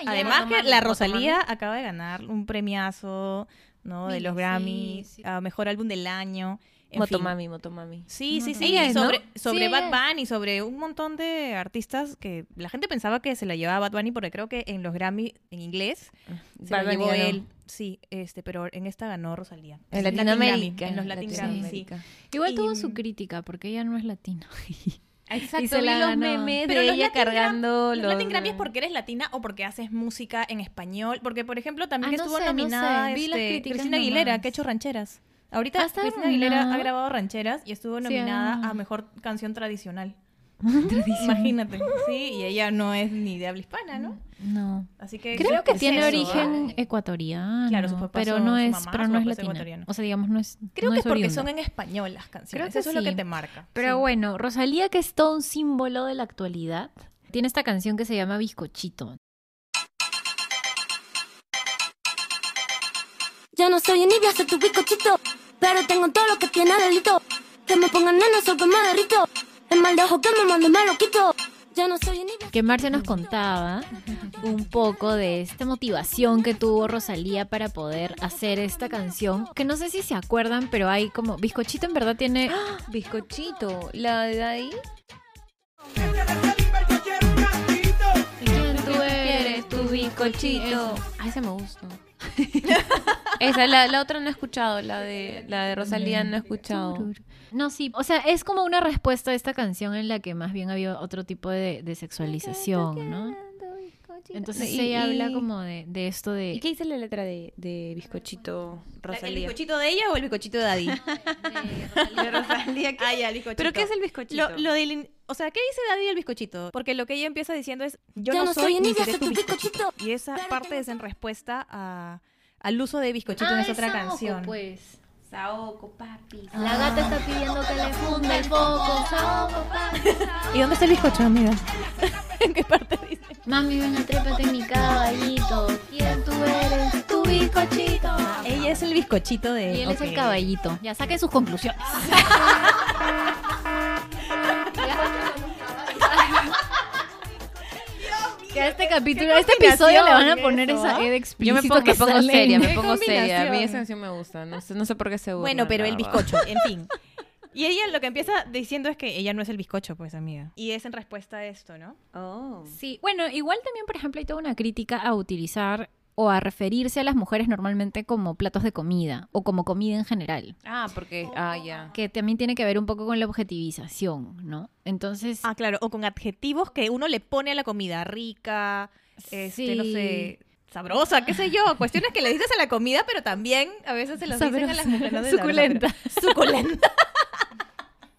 S3: Además que la Rosalía acaba de ganar un premiazo, ¿no? De los Grammy, a mejor álbum del año. En fin.
S4: Motomami, Motomami.
S3: Sí, sí, sí.
S4: Ella es, ¿no?
S3: sobre sobre
S1: Sí,
S3: Bad
S1: ella
S3: Bunny, sobre un montón de artistas que la gente pensaba que se la llevaba Bad Bunny porque creo que en los Grammy en inglés se la
S4: Bad Bunny
S3: llevó
S4: ganó.
S3: él. Sí, sí, pero en esta ganó Rosalía.
S4: En
S3: Latin
S4: Latinoamérica.
S3: Grammy, en los Latin Grammy, sí.
S4: Latinoamérica.
S1: Igual tuvo
S3: Y-
S1: su crítica, porque ella no es latina.
S4: Exacto,
S1: Y se
S4: vi
S1: la
S4: los
S1: ganó.
S4: memes
S3: Pero
S4: de
S3: los
S4: ella
S3: Latin Gram-
S4: cargando
S3: Los
S4: los...
S3: Latin Grammy es porque eres latina o porque haces música en español. Porque, por ejemplo, también
S1: Ah, no
S3: estuvo
S1: sé, no
S3: nominada
S1: sé. Vi las
S3: este,
S1: críticas
S3: Cristina Aguilera,
S1: nomás.
S3: que ha hecho rancheras. Ahorita
S1: Ah, está
S3: Cristina Aguilera ha
S1: nominada.
S3: grabado rancheras y estuvo
S1: Sí,
S3: nominada
S1: ah.
S3: a Mejor Canción Tradicional. Imagínate. Sí, y ella no es ni de habla hispana, ¿no?
S1: No.
S3: Así Eh, que
S1: Creo que tiene
S3: eso,
S1: origen
S3: ¿eh?
S1: ecuatoriano.
S3: Claro, sus papás
S1: pero
S3: son-
S1: no
S3: su
S1: es,
S3: mamá,
S1: pero
S3: su
S1: no es
S3: papá es
S1: latina.
S3: ecuatoriano.
S1: O sea, digamos no es.
S3: Creo
S1: no
S3: que
S1: es
S3: es porque
S1: oriundo.
S3: son en español las canciones.
S1: que
S3: eso es lo que
S1: sí.
S3: te marca.
S1: Pero
S3: Sí.
S1: bueno, Rosalía que es todo un símbolo de la actualidad. Tiene esta canción que se llama Bizcochito.
S2: Yo no soy envidia, soy tu bizcochito. Pero tengo todo lo que tiene delito. Que me pongan nena, soy que me derrito. El mal de ojo que me mando me lo quito. Yo no soy envidia.
S1: Que Marcia nos contaba un poco de esta motivación que tuvo Rosalía para poder hacer esta canción. Que no sé si se acuerdan, pero hay como. Bizcochito en verdad tiene.
S4: ¡Ah! Bizcochito, la de ahí.
S1: ¿Quién tú
S4: eres tu bizcochito?
S1: Eso. Ah, esa me gusta.
S4: Esa, la, la otra no he escuchado, la de, la de Rosalía no he escuchado.
S1: No, sí, o sea, es como una respuesta a esta canción en la que más bien había otro tipo de, de sexualización, ¿no? Entonces
S4: Y-
S1: ella habla
S4: y-
S1: como de, de esto de...
S4: ¿Y qué dice la letra de, de Bizcochito
S3: ¿El
S4: Rosalía?
S3: bizcochito de ella o el bizcochito de Daddy?
S4: De Rosalía, ¿qué?
S3: Ah, ya, el bizcochito.
S4: ¿Pero qué es el bizcochito?
S3: Lo, lo del in- O sea, ¿qué dice Daddy del bizcochito? Porque lo que ella empieza diciendo es, yo,
S2: Yo
S3: no,
S2: no
S3: soy,
S2: soy
S3: ni
S2: envidia,
S3: seré
S2: soy
S3: tu
S2: tu
S3: bizcochito.
S2: bizcochito.
S3: Y esa
S2: Pero
S3: parte
S2: tengo-
S3: es en respuesta a- al uso de bizcochito en esa otra canción.
S1: pues.
S4: Saoco, papi.
S1: La gata está pidiendo que le funda el foco.
S3: ¿Y dónde está el bizcocho, amiga? ¿En qué parte dice?
S1: Mami, ven a trépate en mi caballito. ¿Quién tú eres? Tu bizcochito.
S3: Ella es el bizcochito de...
S1: Y él es el
S3: Ok.
S1: caballito. Ya saque sus conclusiones. que a este capítulo, a este episodio le van a poner esa E de
S4: Yo
S1: explícito
S4: me pongo, me
S1: que
S4: pongo
S1: sale
S4: seria,
S1: en-
S4: me pongo seria. A mí
S3: combinación.
S4: esa canción me gusta. No sé, no sé por qué se
S3: Bueno,
S4: burlan,
S3: pero
S4: la
S3: el
S4: verdad.
S3: bizcocho, en fin. Y ella lo que empieza diciendo es que ella no es el bizcocho, pues, amiga. Y es en respuesta a esto, ¿no?
S1: Sí, bueno, igual también, por ejemplo, hay toda una crítica a utilizar o a referirse a las mujeres normalmente como platos de comida o como comida en general,
S4: Ah, porque. Ah, ya.
S1: que también tiene que ver un poco con la objetivización, ¿no? Entonces,
S3: Ah, claro, o con adjetivos que uno le pone a la comida rica, este, no
S1: Sí.
S3: sé, sabrosa, qué sé yo, cuestiones que le dices a la comida, pero también a veces se los dicen a las
S1: Sabrosa,
S3: mujeres. no sé,
S1: suculenta.
S3: sabrosa, pero- Suculenta.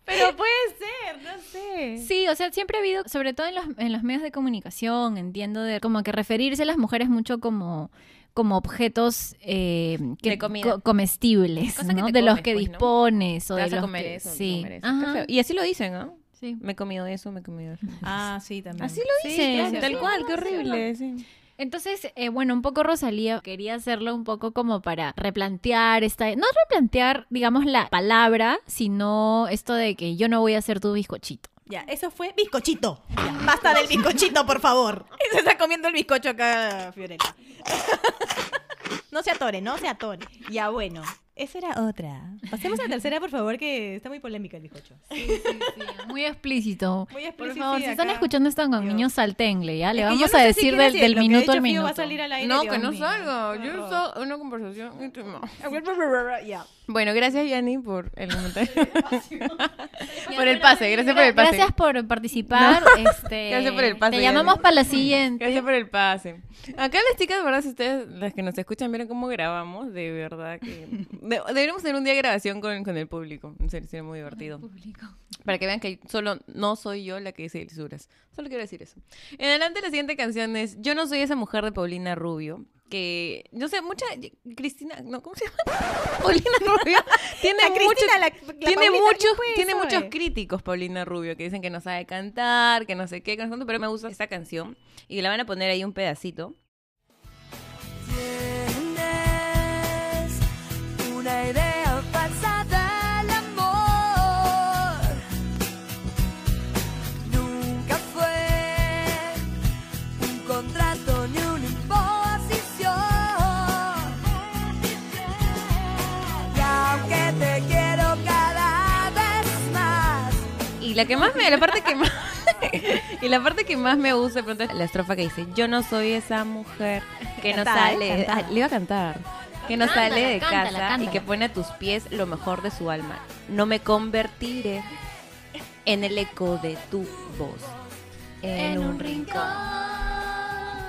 S3: pero puede ser, no sé.
S1: Sí, o sea, siempre ha habido, sobre todo en los, en los medios de comunicación, entiendo, de como que referirse a las mujeres mucho como, como objetos eh, que-
S4: De comida.
S1: co- comestibles,
S4: Cosas que
S1: ¿no?
S4: te
S1: de los
S4: comes,
S1: que
S4: pues, ¿no?
S1: dispones o
S4: Te
S1: de
S4: vas a
S1: los
S4: comer
S1: que
S4: eso. te
S1: sí.
S4: comer eso. Qué
S1: Ajá,
S4: feo. Y así lo dicen, ¿no?
S1: sí.
S4: Me he comido eso, me he comido eso.
S3: Ah, sí, también.
S4: Así lo dicen,
S1: sí,
S4: tal
S1: sí.
S4: cual, qué horrible. sí.
S1: Entonces, eh, bueno, un poco Rosalía quería hacerlo un poco como para replantear esta, no replantear, digamos, la palabra, sino esto de que yo no voy a ser tu bizcochito.
S3: Ya, eso fue bizcochito. Ya, basta del bizcochito, por favor. Se está comiendo el bizcocho acá, Fiorella. No se atore, no se atore. Ya bueno. Esa era otra.
S6: Pasemos a la tercera, por favor, que está muy polémica el bizcocho.
S1: Muy explícito.
S6: Muy
S1: Por
S6: explícito,
S1: favor,
S6: sí,
S1: si están
S6: acá.
S1: escuchando esto con
S6: Dios.
S1: niños, saltengle, ¿ya? Le
S6: Es que yo
S1: vamos
S6: no
S1: a
S6: sé si
S1: decir
S6: quiere
S1: del,
S6: decir
S1: del
S6: lo que ha
S1: minuto
S6: dicho
S1: al
S6: Fío
S1: minuto.
S6: va a salir al aire,
S4: No,
S6: Dios
S4: que no
S6: mío.
S4: salga. Yo uso una conversación íntima. Bueno, gracias, Yanni, por el comentario. por el pase, gracias por el pase.
S1: Gracias por participar. este,
S4: Gracias por el pase,
S1: Te
S4: ya.
S1: llamamos para la siguiente.
S4: Gracias por el pase. Acá las chicas, de verdad, si ustedes, las que nos escuchan, vieron cómo grabamos, de verdad que... de- deberíamos tener un día de grabación con, con el público. En serio, sería muy divertido. Para que vean que solo no soy yo la que dice lisuras. Solo quiero decir eso. En adelante la siguiente canción es Yo no soy esa mujer de Paulina Rubio. Que, no sé, mucha... Cristina, no, ¿cómo se llama? Paulina Rubio. Tiene
S6: La
S4: mucho-
S6: Cristina, la- la
S4: tiene
S6: Paulina,
S4: muchos,
S3: pues,
S6: ¿qué fue
S4: tiene
S6: eso,
S4: muchos
S6: eh?
S4: críticos Paulina Rubio que dicen que no sabe cantar, que no sé qué, que no sé cuánto, pero me gusta esta canción y la van a poner ahí un pedacito.
S5: Tienes una idea falsa del amor. Nunca fue un contrato ni una imposición. Y aunque te quiero cada vez más,
S4: Y la que más me, la parte que más y la parte que más me gusta de pronto es la estrofa que dice Yo no soy esa mujer que no
S3: Cantada, ¿eh?
S4: sale,
S3: Cantada.
S4: Ah, le iba a cantar, que no
S1: Cántala,
S4: sale de
S1: cántala,
S4: casa y
S1: cántala.
S4: que pone a tus pies lo mejor de su alma. No me convertiré en el eco de tu voz. En, un rincón.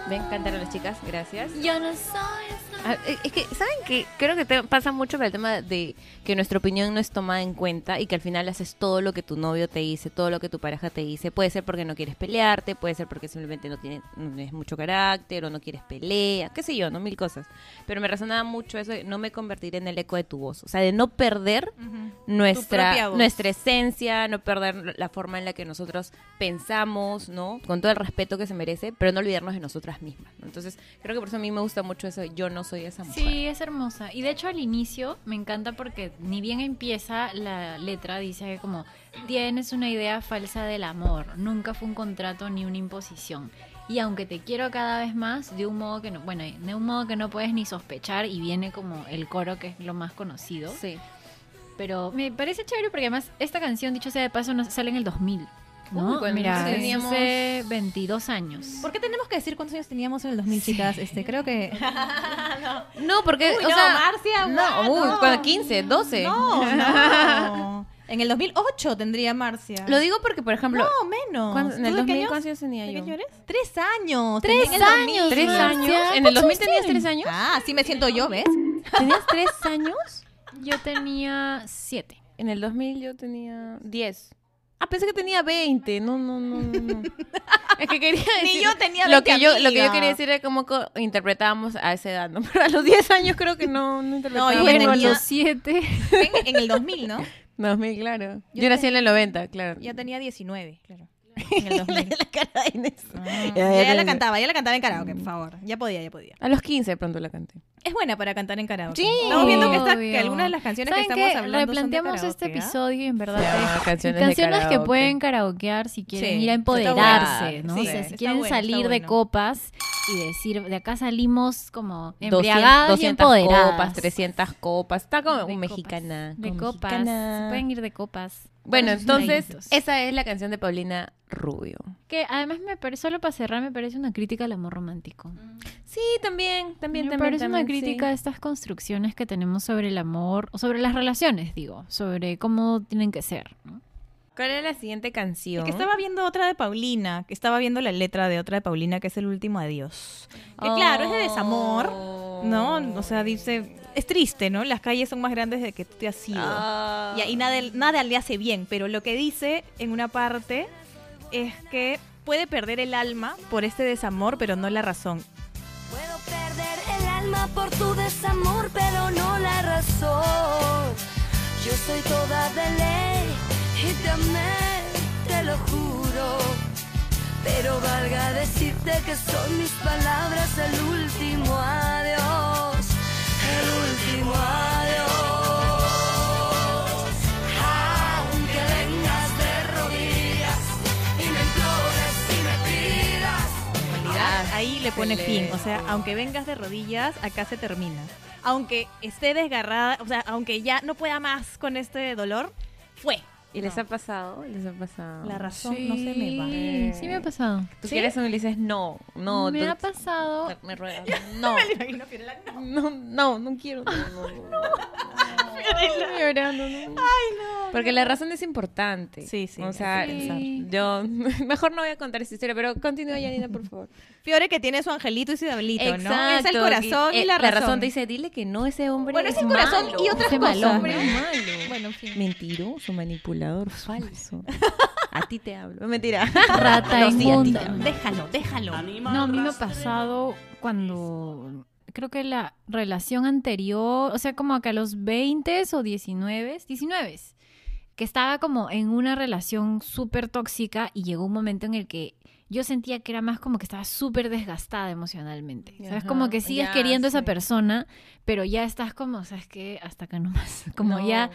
S4: Ven, cantaron las chicas, gracias.
S2: Yo no soy esa.
S4: Ah, eh, Es que, ¿saben que Creo que te pasa mucho con el tema de que nuestra opinión no es tomada en cuenta y que al final haces todo lo que tu novio te dice, todo lo que tu pareja te dice. Puede ser porque no quieres pelearte, puede ser porque simplemente no tienes, no tienes mucho carácter o no quieres pelea, qué sé yo, ¿no? Mil cosas. Pero me resonaba mucho eso de no me convertiré en el eco de tu voz. O sea, de no perder
S6: propia
S4: nuestra,
S6: voz.
S4: nuestra esencia, no perder la forma en la que nosotros pensamos, ¿no? Con todo el respeto que se merece, pero no olvidarnos de nosotras mismas. ¿no? Entonces, creo que por eso a mí me gusta mucho eso, yo no soy esa mujer.
S1: Sí, es hermosa. Y de hecho al inicio me encanta porque ni bien empieza la letra, dice como, tienes una idea falsa del amor, nunca fue un contrato ni una imposición. Y aunque te quiero cada vez más, de un modo que no, bueno, de un modo que no puedes ni sospechar y viene como el coro que es lo más conocido.
S4: Sí.
S1: Pero me parece chévere porque además esta canción, dicho sea de paso, nos sale en el 2000. ¿no?
S4: Uy, cuando
S1: Mira, es
S4: teníamos-
S1: hace 22 años.
S3: ¿Por qué tenemos que decir cuántos años teníamos en el 2000, chicas? Este, creo que...
S4: No, porque, o
S3: no,
S4: sea,
S3: Marcia,
S4: no,
S3: guau,
S4: uy,
S3: no.
S4: cuando 15, 12.
S3: No, no. En el 2008 tendría Marcia.
S4: Lo digo porque, por ejemplo,
S3: No, menos.
S4: cuando- en
S3: ¿Tú
S4: el
S3: de
S4: 2000,
S3: qué años?
S4: ¿cuántos años tenía
S3: ¿De qué
S4: yo?
S3: año eres? Tres años.
S1: Tres
S3: Tenía en el
S1: años,
S3: 2000.
S4: ¿Tres
S1: Marcia,
S4: años? ¿En el
S1: ¿cuántos
S4: 2000 tenías
S1: tienes?
S4: tres años?
S3: Ah, sí me siento yo, ¿ves?
S4: ¿Tenías tres años?
S1: Yo tenía 7.
S4: En el 2000 yo tenía 10. Ah, pensé que tenía 20. No, no, no, no, no. Es que quería decir...
S3: Ni yo tenía
S4: lo que
S3: 20,
S4: yo Lo que yo
S3: amiga.
S4: quería decir era cómo co- interpretábamos a esa edad, ¿no? Pero a los 10 años creo que no, no interpretábamos.
S3: yo
S1: Bueno,
S3: tenía-
S1: los 7.
S3: En, en el 2000, ¿no?
S4: 2000, claro. Yo,
S3: Yo te-
S4: nací en el 90, claro.
S3: Yo tenía 19, claro. En el 2000.
S4: la cara de Inés.
S3: Ah,
S4: Ya, ya
S3: ya, la
S4: tenía.
S3: cantaba, ya la cantaba en karaoke, por favor. Ya podía, ya podía.
S4: A los 15 de pronto la canté.
S3: Es buena para cantar en karaoke.
S4: Sí.
S3: Estamos viendo que, estas- que
S1: Obvio.
S3: algunas de las canciones que
S1: ¿Saben
S3: estamos
S1: qué?
S3: hablando
S1: Replanteamos
S3: son de
S1: este
S3: karaoke, ¿ah?
S1: episod y en verdad
S4: Se llama
S1: que-
S4: canciones de
S1: que
S4: karaoke.
S1: pueden karaokear si quieren
S3: Sí,
S1: ir a
S3: está bueno.
S1: empoderarse, ¿no?
S3: Sí,
S1: O sea, si
S3: está
S1: quieren
S3: bueno, está
S1: salir de
S3: bueno.
S1: copas y decir, de acá salimos como
S4: 200,
S1: embriagadas y
S4: 200
S1: empoderadas.
S4: copas, 300 copas. Está como
S1: De
S4: un
S1: copas.
S4: mexicana.
S1: De
S4: como
S1: copas.
S4: mexicana.
S1: Se Pueden ir de copas.
S4: Bueno,
S1: Con sus
S4: entonces,
S1: traguitos.
S4: esa es la canción de Paulina Rubio.
S1: Que además, me parece, solo para cerrar, me parece una crítica al amor romántico.
S4: Sí, también, también,
S1: Me
S4: también.
S1: parece una
S4: también,
S1: crítica a
S4: sí.
S1: estas construcciones que tenemos sobre el amor, o sobre las relaciones, digo, sobre cómo tienen que ser, ¿no?
S4: ¿Cuál es la siguiente canción?
S3: Es que estaba viendo otra de Paulina, que estaba viendo la letra de otra de Paulina, que es el último adiós. Que claro, es de desamor,
S4: Oh.
S3: ¿no? O sea, dice, es triste, ¿no? Las calles son más grandes de que tú te has ido.
S4: Ah.
S3: Y ahí nada, nada le hace bien, pero lo que dice en una parte es que puede perder el alma por este desamor, pero no la razón.
S2: Puedo perder el alma por tu desamor, pero no la razón. Yo soy toda de ley y te amé, te lo juro. Pero valga decirte que son mis palabras el último adiós, el último adiós. Aunque vengas de rodillas y me implores y me pidas.
S3: Ahí le pone fin, o sea, aunque vengas de rodillas, acá se termina. aunque esté desgarrada, o sea, aunque ya no pueda más con este dolor, fue.
S4: ¿Y les ha pasado? ¿Les ha pasado?
S3: La razón no se me va.
S1: Sí, sí me ha pasado.
S4: Tú quieres un Ulises, no, no.
S1: me
S4: tú-
S1: ha pasado.
S4: Me- Me ruega. No. No, no, no quiero. No, no, no. Estoy llorando, no. Porque la razón es importante.
S3: Sí, sí,
S4: O sea,
S3: hay que pensar.
S4: yo mejor no voy a contar esta historia, pero continúa, Yanina, por favor.
S3: Fiore que tiene su angelito y su diablito, ¿no? Es el corazón y,
S4: eh,
S3: la razón.
S4: te dice, dile que no, ese hombre
S3: Bueno,
S4: es
S3: es el corazón
S4: malo.
S3: y otras
S1: Ese
S3: cosas.
S1: malón,
S3: pero-
S1: ¿no?
S3: Bueno, en fin.
S4: Mentiroso, manipulador, falso. A ti te hablo. Mentira.
S1: Rata
S4: No, sí, a ti te
S1: inmunda.
S4: hablo.
S3: Déjalo, déjalo.
S1: No, a mí me ha pasado cuando creo que la relación anterior, o sea, como acá a los 20 o 19, 19, que estaba como en una relación súper tóxica y llegó un momento en el que yo sentía que era más como que estaba súper desgastada emocionalmente. ¿Sabes?
S4: Ajá,
S1: Como que sigues
S4: ya,
S1: queriendo a esa
S4: sí.
S1: persona, pero ya estás como, ¿sabes qué? Hasta acá nomás. Como ya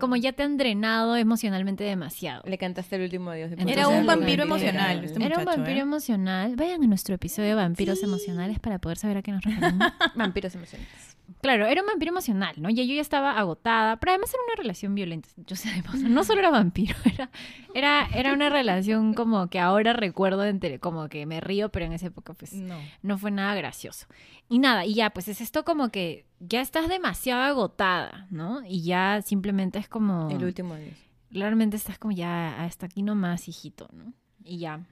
S1: como ya te han drenado emocionalmente demasiado.
S4: Le cantaste el último adiós. de
S1: Entonces,
S4: Puerto
S1: un
S4: Rico.
S1: vampiro
S3: emocional, este
S1: Era un
S3: muchacho,
S1: vampiro
S3: ¿eh?
S1: emocional. Vayan a nuestro episodio de vampiros emocionales para poder saber a qué nos referimos.
S4: Vampiros emocionales.
S1: claro, era un vampiro emocional, ¿no? Y yo ya estaba agotada, pero además era una relación violenta. Yo sé, o sea, no solo era vampiro, era, era, era una relación como que ahora recuerdo, entre, como que me río, pero en esa época pues
S3: No.
S1: no fue nada gracioso. Y nada, y ya, pues es esto como que ya estás demasiado agotada, ¿no? Y ya simplemente es como...
S4: El último adiós.
S1: Realmente estás como ya hasta aquí nomás, hijito, ¿no? Y ya.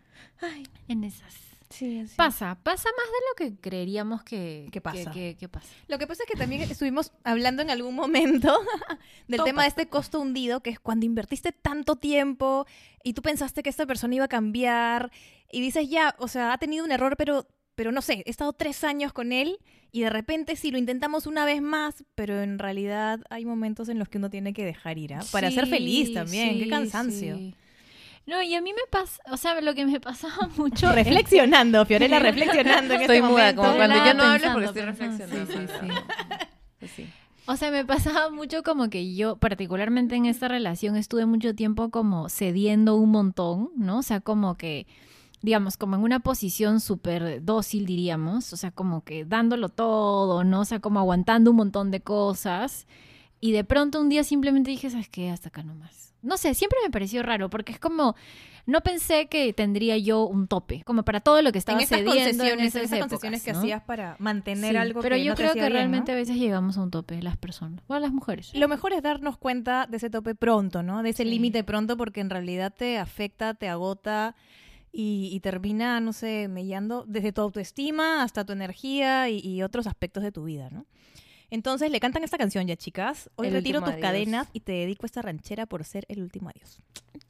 S1: en esas.
S4: Sí, así.
S1: Pasa, pasa más de lo que creeríamos que,
S6: ¿Qué pasa?
S1: que- que pasa.
S3: Lo que pasa es que también estuvimos hablando en algún momento del tema de este costo hundido, que es cuando invertiste tanto tiempo y tú pensaste que esta persona iba a cambiar y dices, ya, o sea, ha tenido un error, pero, pero no sé, he estado tres años con él y de repente sí lo intentamos una vez más, pero en realidad hay momentos en los que uno tiene que dejar ir, ¿ah? Para ser
S1: Sí,
S3: feliz también, qué
S1: sí,
S3: cansancio.
S1: sí. No, y a mí me pasa, o sea, lo que me pasaba mucho. es-
S6: Reflexionando, Fiorella, reflexionando en
S4: Estoy
S6: este
S4: muda,
S6: momento.
S4: como cuando
S1: Estaba
S4: yo no hablo porque
S1: pensando,
S4: estoy
S1: pensando,
S4: reflexionando.
S1: sí,
S4: sí, sí.
S1: O sea, me pasaba mucho como que yo, particularmente en esta relación, estuve mucho tiempo como cediendo un montón, ¿no? O sea, como que, digamos, como en una posición súper dócil, diríamos, o sea, como que dándolo todo, ¿no? O sea, como aguantando un montón de cosas. Y de pronto un día simplemente dije, ¿sabes qué? Hasta acá nomás. No sé, siempre me pareció raro, porque es como, no pensé que tendría yo un tope, como para todo lo que
S3: En
S1: estaba
S3: estas
S1: cediendo.
S3: concesiones,
S1: en esas,
S3: esas concesiones
S1: épocas,
S3: que
S1: ¿no?
S3: hacías para mantener
S1: Sí,
S3: algo
S1: pero
S3: que
S1: yo
S3: no te
S1: creo
S3: hacía
S1: que
S3: bien, ¿no?
S1: realmente a veces llegamos a un tope las personas o las mujeres
S3: Lo mejor es darnos cuenta de ese tope pronto, ¿no? De ese límite pronto, porque en realidad te afecta, te agota y, y termina, no sé, mellando desde tu autoestima hasta tu energía y, y otros aspectos de tu vida, ¿no? Entonces le cantan esta canción ya, chicas. Hoy
S4: El
S3: retiro tus
S4: último adiós.
S3: cadenas y te dedico esta ranchera por ser el último adiós.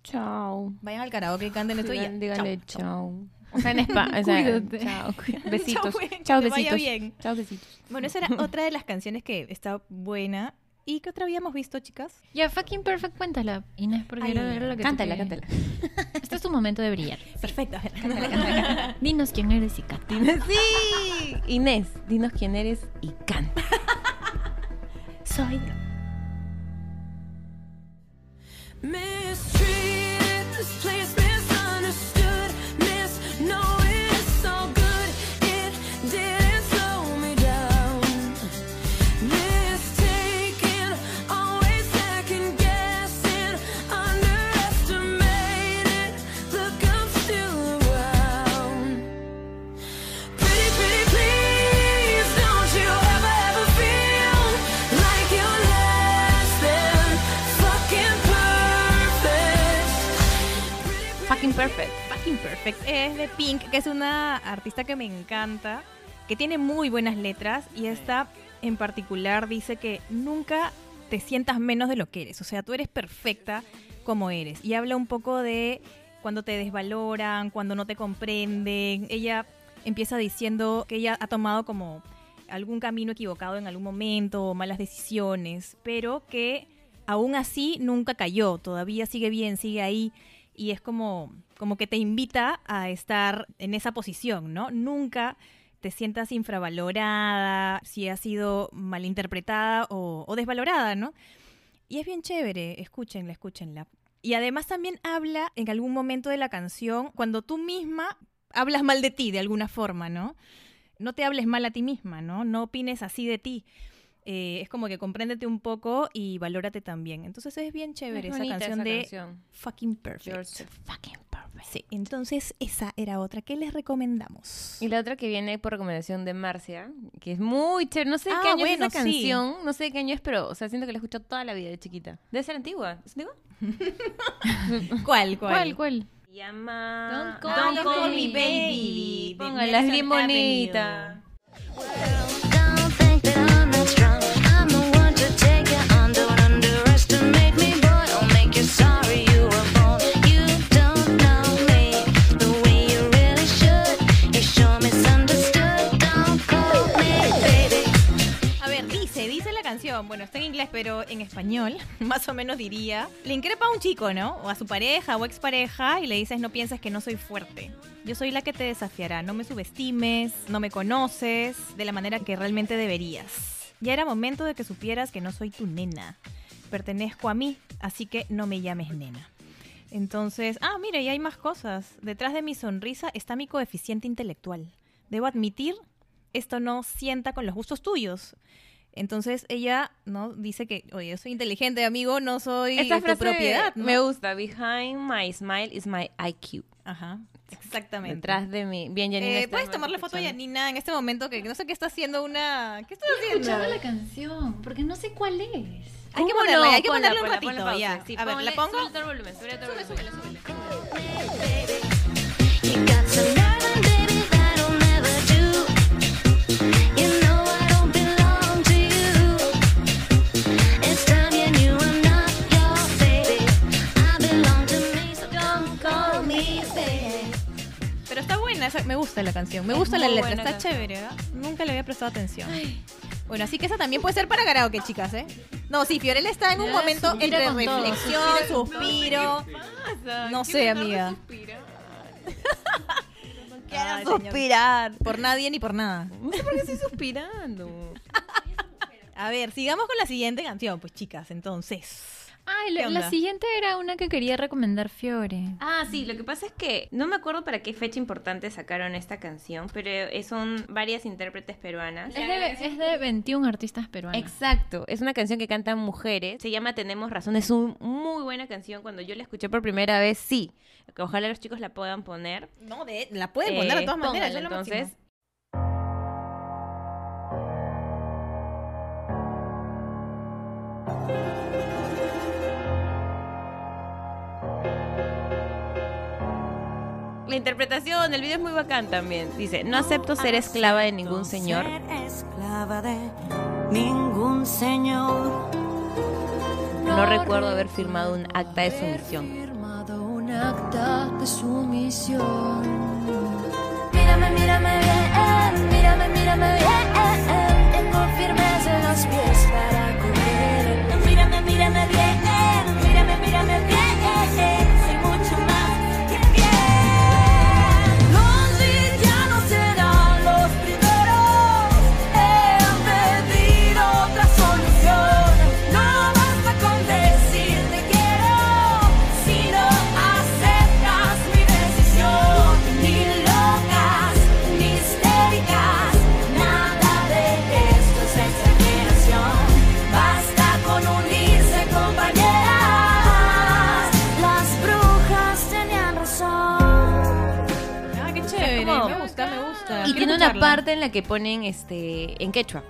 S4: Chao.
S3: Vayan al karaoke y canten esto y ya.
S4: Digan- Díganle
S3: Chao, chao.
S4: chao. O sea, en spa. O sea,
S1: Cuídate.
S4: Chao. Besitos.
S3: Chao, que
S4: Chao, pues,
S3: te vaya
S4: besitos.
S3: bien.
S4: Chao, besitos.
S3: Bueno, esa era otra de las canciones que está buena. ¿Y qué otra habíamos visto, chicas?
S1: Ya, fucking perfect, cuéntala, Inés, porque
S3: Ay,
S1: era, era lo que tú
S4: Cántala,
S1: querías.
S4: cántala.
S1: Este es tu momento de brillar.
S3: Perfecto. a ver.
S1: Dinos quién eres y canta.
S4: Sí. Inés, dinos quién eres y canta.
S3: Soy
S5: Mistreated, this place misunderstood, misknown it's so good, it didn't slow me down. Mistaken, always second guessing, underestimated. Look, I'm still around. Pretty, pretty, please, don't you ever, ever feel like you're less than fucking perfect.
S4: Fucking perfect.
S3: Fucking Perfect es de Pink, que es una artista que me encanta, que tiene muy buenas letras y esta en particular dice que nunca te sientas menos de lo que eres, o sea, tú eres perfecta como eres y habla un poco de cuando te desvaloran, cuando no te comprenden. Ella empieza diciendo que ella ha tomado como algún camino equivocado en algún momento o malas decisiones, pero que aún así nunca cayó, todavía sigue bien, sigue ahí y es como, como que te invita a estar en esa posición, ¿no? Nunca te sientas infravalorada, si has sido malinterpretada o, o desvalorada, ¿no? Y es bien chévere, escúchenla, escúchenla. Y además también habla en algún momento de la canción cuando tú misma hablas mal de ti de alguna forma, ¿no? No te hables mal a ti misma, ¿no? No opines así de ti. eh, es como que compréndete un poco y valórate también. Entonces es bien chévere esa canción de Fucking Perfect.
S4: You're so fucking perfect.
S3: Sí, entonces esa era otra que les recomendamos.
S4: Y la otra que viene por recomendación de Marcia, que es muy chévere. No sé de qué
S3: Ah,
S4: año
S3: bueno,
S4: es esa
S3: sí.
S4: canción, no sé de qué año es, pero o sea, siento que la he escuchado toda la vida de chiquita. Debe ser antigua. ¿Es antigua?
S3: ¿Cuál,
S1: ¿Cuál, cuál?
S4: Se llama
S1: Don't Call Me
S3: Baby, de
S4: Póngala, es bien
S3: Nelson Avenue.
S4: bonita.
S2: Don't think that I'm not strong. I'm the one to take you on. Don't underestimate me, boy. I'll make you sorry you were born. You don't know me the way you really should. You sure misunderstood. Don't call me baby.
S3: A ver, dice, dice la canción. Bueno, está en inglés, pero en español, más o menos diría. Le increpa a un chico, ¿no? O a su pareja o expareja y le dices, no pienses que no soy fuerte. Yo soy la que te desafiará. No me subestimes, no me conoces de la manera que realmente deberías. Ya era momento de que supieras que no soy tu nena. Pertenezco a mí, así que no me llames nena. Entonces, ah, mira, y hay más cosas. Detrás de mi sonrisa está mi coeficiente intelectual. Debo admitir, esto no sienta con los gustos tuyos. Entonces ella no dice que, oye, yo soy inteligente, amigo, no soy
S4: Esta
S3: tu
S4: frase
S3: propiedad. ¿no?
S4: me gusta. Behind my smile is my IQ.
S3: Ajá, exactamente.
S4: Detrás de mí. este Bien, Janina.
S3: Eh,
S4: está
S3: Puedes tomarle foto a
S4: escuchando.
S3: Yanina en este momento que no sé qué está haciendo una. ¿Qué estás
S1: Escuchaba
S3: haciendo?
S1: la canción, porque no sé cuál es.
S3: Hay que
S4: ¿Cómo
S3: ponerle,
S4: no?
S3: hay que
S4: Ponla,
S3: ponerle un
S4: ponla,
S3: ratito.
S4: ponla
S3: ya.
S4: pausa. Sí,
S3: a ver,
S4: ponle-
S3: ¿la pongo?
S4: súbele todo el volumen, súbele todo el volumen.
S2: You got some loving, baby, that'll never do. You know I don't belong to you. It's time you knew I'm not your baby. I belong to me, so don't call me baby.
S3: Pero está buena, esa- me gusta la canción, me gusta la
S4: muy
S3: letra,
S4: buena
S3: está
S4: canción.
S3: chévere, ¿verdad? Nunca le había prestado atención. Bueno, así que esa también puede ser para karaoke, chicas, ¿eh? No, sí, Fiorella está en un momento
S1: suspira
S3: entre
S1: con todo,
S3: reflexión, suspiro. No sé, amiga. Quiero suspirar. Por nadie ni por nada.
S4: No sé por qué estoy suspirando.
S3: A ver, sigamos con la siguiente canción, pues chicas, entonces.
S1: Ay,
S3: ¿Qué
S1: la, la
S3: onda?
S1: siguiente era una que quería recomendar Fiore.
S4: Ah, sí, lo que pasa es que no me acuerdo para qué fecha importante sacaron esta canción, pero eh, son varias intérpretes peruanas.
S1: Es de, es de 21 artistas peruanos.
S4: Exacto, es una canción que cantan mujeres, se llama Tenemos Razón, es una muy buena canción, cuando yo la escuché por primera vez, sí, que ojalá los chicos la puedan poner.
S3: No, de, la pueden poner de
S4: Eh,
S3: todas maneras, yo
S4: pónganla,
S3: lo máximo.
S4: entonces. La interpretación, el video es muy bacán también. Dice, no acepto ser esclava de ningún señor.
S5: Ser esclava de ningún señor.
S4: No recuerdo haber firmado un acta de sumisión.
S5: Firmado un acta de sumisión.
S2: Mírame, mírame bien, mírame, mírame bien. Tengo firmes en los pies para correr. Mírame, mírame bien, mírame, mírame bien. Soy mucho más que bien. Los villanos serán los primeros en pedir otra solución. No basta con decir te quiero, sino aceptas mi decisión. Ni locas, ni histéricas, nada de esto es exageración. Basta con unirse, compañeras. Las brujas tenían razón.
S3: Ah, qué chévere,
S4: como-
S3: me gusta, me gusta.
S4: Y
S3: Quiero
S4: tiene una
S3: escucharla.
S4: parte en la que ponen este en quechua.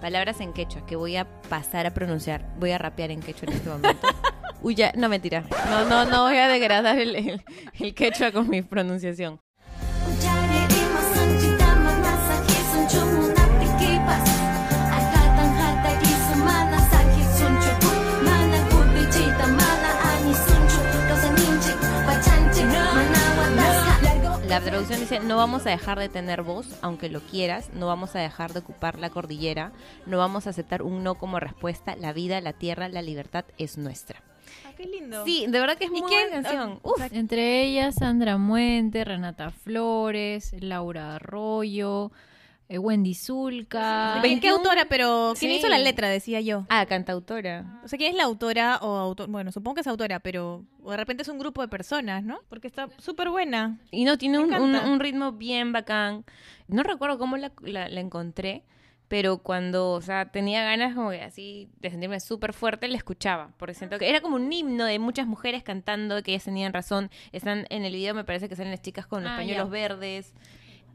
S4: Palabras en quechua que voy a pasar a pronunciar. Voy a rapear en quechua en este momento. Uy, ya, no mentira. No, no, no voy a degradar el, el- el quechua con mi pronunciación. La traducción dice, no vamos a dejar de tener voz, aunque lo quieras, no vamos a dejar de ocupar la cordillera, no vamos a aceptar un no como respuesta, la vida, la tierra, la libertad es nuestra. Ah,
S3: Ah, qué lindo.
S4: Sí, de verdad que es muy
S3: quién-
S4: buena canción. Uf,
S1: Entre ellas Sandra Muente, Renata Flores, Laura Arroyo, eh, Wendy Zulka.
S3: Oye, ¿Qué
S4: 21?
S3: autora? Pero ¿quién
S4: Sí.
S3: hizo la letra? Decía yo.
S4: Ah, cantautora.
S3: O sea, ¿quién es la autora o autor? Bueno, supongo que es autora, pero o de repente es un grupo de personas, ¿no? Porque está súper buena.
S4: Y no, tiene un, un-
S3: encanta.
S4: un ritmo bien bacán. No recuerdo cómo la, la- la encontré, pero cuando, o sea, tenía ganas como que así de sentirme súper fuerte, le escuchaba, porque siento que era como un himno de muchas mujeres cantando, que ellas tenían razón, están en el video me parece que salen las chicas con los
S1: Ah,
S4: pañuelos
S1: ya.
S4: verdes,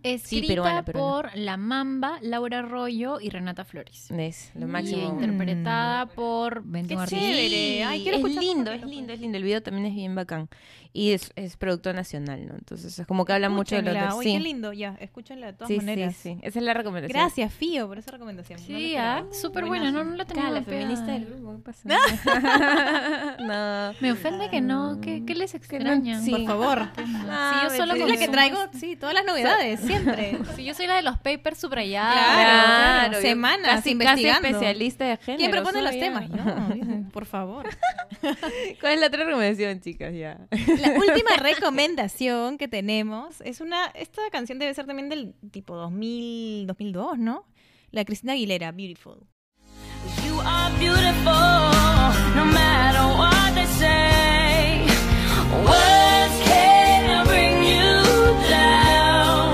S1: Escrita
S4: Sí, peruana, peruana.
S1: por La Mamba, Laura Arroyo y Renata Flores.
S4: es lo
S1: Y
S4: máximo.
S1: interpretada por Benito
S4: Qué
S1: Martínez.
S4: chévere.
S1: Sí.
S4: Ay, es lindo, es lindo, es lindo. El video también es bien bacán. Y es, es producto nacional, ¿no? Entonces es como que habla mucho de los
S3: Escúchenla.
S4: dos.
S3: Uy,
S4: Sí.
S3: qué lindo. Ya, escúchenla de todas
S4: sí,
S3: maneras.
S4: sí, sí. Esa es la recomendación.
S3: Gracias, Fío, por esa recomendación. No me
S1: Sí,
S3: esperaba.
S1: ah, súper buena, no, no la tenía
S4: Acá, la
S1: golpeada.
S4: feminista del grupo, ¿qué pasa? no.
S1: Me ofende que no, que, que les
S4: Que no-
S1: extraña.
S4: sí.
S3: Por favor. pues,
S4: Ah,
S1: yo solo
S4: Beatriz.
S3: Es la que
S1: consumo-
S3: traigo, sí, todas las novedades, siempre.
S1: Si yo soy la de los papers subrayados.
S3: Claro,
S4: yo
S3: semanas
S4: casi,
S3: investigando.
S4: Casi especialista de género.
S3: ¿Quién propone los
S4: soy,
S3: temas?
S4: ya.
S3: Yo, por favor.
S4: ¿Cuál es la otra recomendación, chicas? Ya.
S3: La última recomendación que tenemos es una. Esta canción debe ser también del tipo 2000, 2002, ¿no? La de Cristina Aguilera, Beautiful.
S7: You are beautiful, no matter what they say. Words can't bring you down.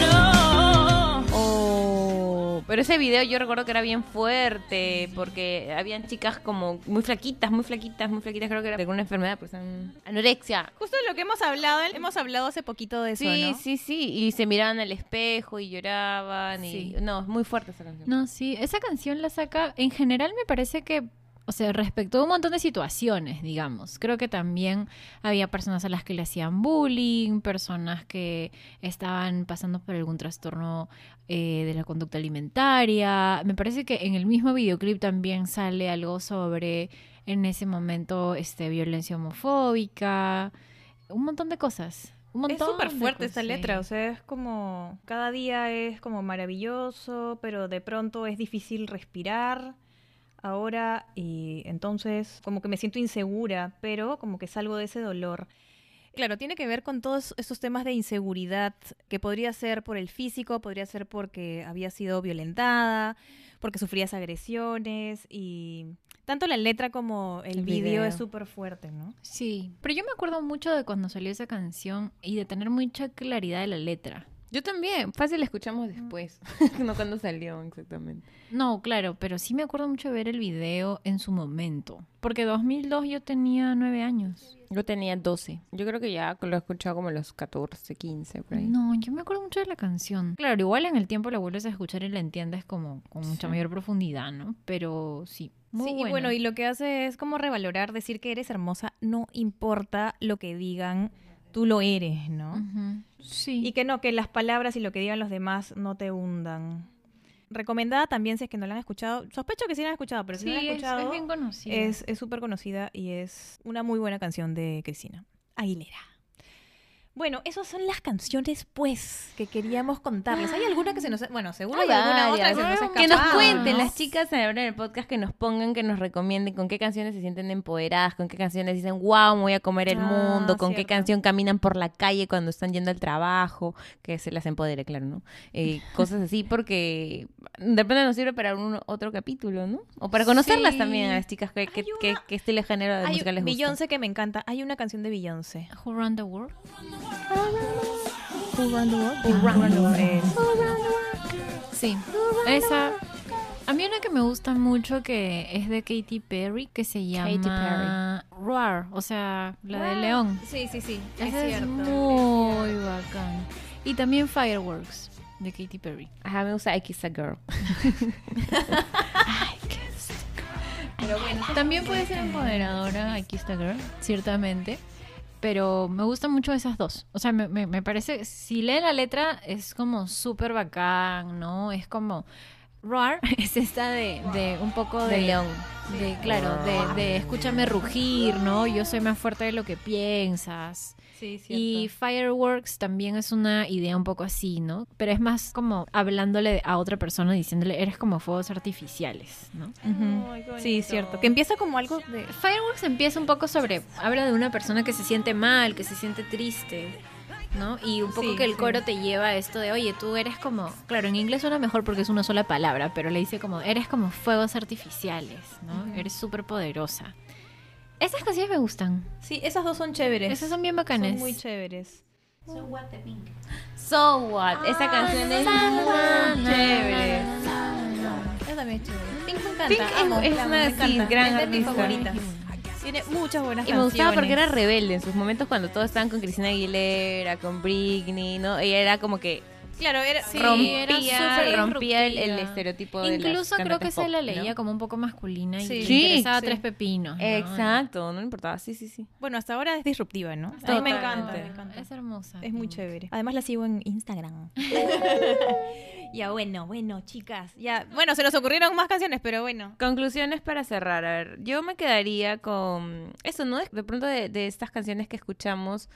S7: No, no.
S4: Oh, pero ese video yo recuerdo que era bien fuerte, porque habían chicas como muy flaquitas, muy flaquitas, muy flaquitas, creo que era de alguna enfermedad, pues mm, anorexia.
S3: Justo lo que hemos hablado, hemos hablado hace poquito de eso,
S4: Sí,
S3: ¿no?
S4: sí, sí, y se miraban al espejo y lloraban y
S1: Sí.
S4: no, es muy fuerte esa canción.
S1: No, sí, esa canción la saca, en general me parece que, o sea, respecto a un montón de situaciones, digamos. Creo que también había personas a las que le hacían bullying, personas que estaban pasando por algún trastorno eh, de la conducta alimentaria. Me parece que en el mismo videoclip también sale algo sobre, en ese momento, este, violencia homofóbica, un montón de cosas. Un
S3: Es
S1: montón
S3: súper
S1: de
S3: fuerte esta
S1: cosas,
S3: letra,
S1: sí.
S3: o sea, es como cada día es como maravilloso, pero de pronto es difícil respirar ahora y entonces como que me siento insegura, pero como que salgo de ese dolor. Claro, tiene que ver con todos esos temas de inseguridad que podría ser por el físico, podría ser porque había sido violentada, porque sufrías agresiones y tanto la letra como el,
S4: El
S3: video,
S4: video.
S3: es súper fuerte, ¿no?
S1: Sí, pero yo me acuerdo mucho de cuando salió esa canción y de tener mucha claridad de la letra.
S4: Yo también, fácil la escuchamos después, no cuando salió exactamente.
S1: No, claro, pero sí me acuerdo mucho de ver el video en su momento. Porque 2002 yo tenía nueve años.
S4: Yo tenía 12, yo creo que ya lo he escuchado como a los 14, 15, por ahí.
S1: No, yo me acuerdo mucho de la canción. Claro, igual en el tiempo la vuelves a escuchar y la entiendes como con mucha mayor profundidad, ¿no? Pero sí, muy
S3: sí,
S1: buena.
S3: y bueno, y lo que hace es como revalorar, decir que eres hermosa, no importa lo que digan, tú lo eres, ¿no?
S1: Ujú, Sí.
S3: Y que no, que las palabras y lo que digan los demás no te hundan. Recomendada también si es que no la han escuchado. Sospecho que sí la han escuchado, pero si
S1: Sí,
S3: no la han
S1: es,
S3: escuchado,
S1: es bien conocida.
S3: es es súper conocida y es una muy buena canción de Cristina Aguilera. Bueno, esas son las canciones, pues, que queríamos contarles. ¿Hay alguna que se nos... Bueno, seguro hay,
S4: Hay
S3: alguna otra que se
S4: varias.
S3: nos ha
S4: Que nos
S3: escapado,
S4: cuenten
S3: ¿no?
S4: las chicas en el podcast, que nos pongan, que nos recomienden con qué canciones se sienten empoderadas, con qué canciones dicen, wow, me voy a comer el
S3: Ah,
S4: mundo, con qué
S3: cierto.
S4: canción caminan por la calle cuando están yendo al trabajo, que se las empodere, claro, ¿no? Eh, cosas así, porque de repente nos sirve para un otro capítulo, ¿no? O para conocerlas
S1: Sí.
S4: también a las chicas, que, que,
S3: Hay una-
S4: que- que estilo de género de
S3: Hay
S4: música les gusta.
S3: Beyoncé que me encanta. Hay una canción de Beyoncé.
S1: Who Run the World.
S3: Eh,
S1: Sí. Esa. A mí una que me gusta mucho que es de Katy Perry, que se llama Roar, o sea, la de León.
S3: Sí, sí, sí. Es
S1: Esa es
S3: cierto.
S1: muy bacán. Y también Fireworks de Katy Perry.
S4: Ajá, me gusta I Kiss a Girl.
S1: También puede ser empoderadora, aquí está Girl, ciertamente. Pero me gustan mucho esas dos. O sea, me, me- me parece, si lee la letra, es como súper bacán, ¿no? Es como... Roar es esta de, de un poco de,
S4: De León.
S1: de claro, de, de escúchame rugir, ¿no? Yo soy más fuerte de lo que piensas.
S3: Sí,
S1: Y Fireworks también es una idea un poco así, ¿no? Pero es más como hablándole a otra persona diciéndole, eres como fuegos artificiales, ¿no?
S3: Sí, cierto. Que empieza como algo de...
S1: Fireworks empieza un poco sobre, habla de una persona que se siente mal, que se siente triste, ¿no? Y un poco
S3: Sí,
S1: que el
S3: sí.
S1: coro te lleva a esto de, oye, tú eres como, claro, en inglés suena mejor porque es una sola palabra, pero le dice como, eres como fuegos artificiales, ¿no? Eres súper poderosa. Esas cosillas me gustan.
S3: Sí, esas dos son chéveres.
S1: Esas son bien bacanes.
S3: Son muy chéveres. Ah,
S4: So What, esa canción es muy chévere.
S3: también es chévere. Pink me encanta.
S4: Pink es-
S3: amo,
S4: es
S3: la amo,
S4: una
S3: me
S4: sí,
S3: encanta.
S4: gran
S3: Es de mis
S4: artista.
S3: favoritas. Tiene muchas buenas
S4: Y me
S3: canciones.
S4: gustaba porque era rebelde en sus momentos cuando todos estaban con Cristina Aguilera, con Britney, ¿no? Ella era como que
S3: Claro, era. Sí,
S4: rompía,
S3: era
S1: súper
S4: rompía el, el
S1: disruptiva.
S4: estereotipo de las
S1: Incluso creo que
S4: cantantes
S1: se
S4: pop,
S1: la
S4: ¿no?
S1: leía como un poco masculina y
S3: Sí.
S1: le
S3: Sí,
S1: interesaba
S3: sí.
S1: tres pepinos. ¿no?
S4: Exacto, no le importaba, sí, sí, sí.
S3: Bueno, hasta ahora es disruptiva, ¿no?
S1: Está
S3: A mí me
S1: bueno.
S3: encanta, me encanta.
S1: Es hermosa.
S3: Es muy
S1: Pink.
S3: chévere. Además la sigo en Instagram. ya bueno, bueno, chicas. Ya, bueno, se nos ocurrieron más canciones, pero bueno.
S4: Conclusiones para cerrar. A ver, yo me quedaría con eso, ¿no? De pronto de, de estas canciones que escuchamos,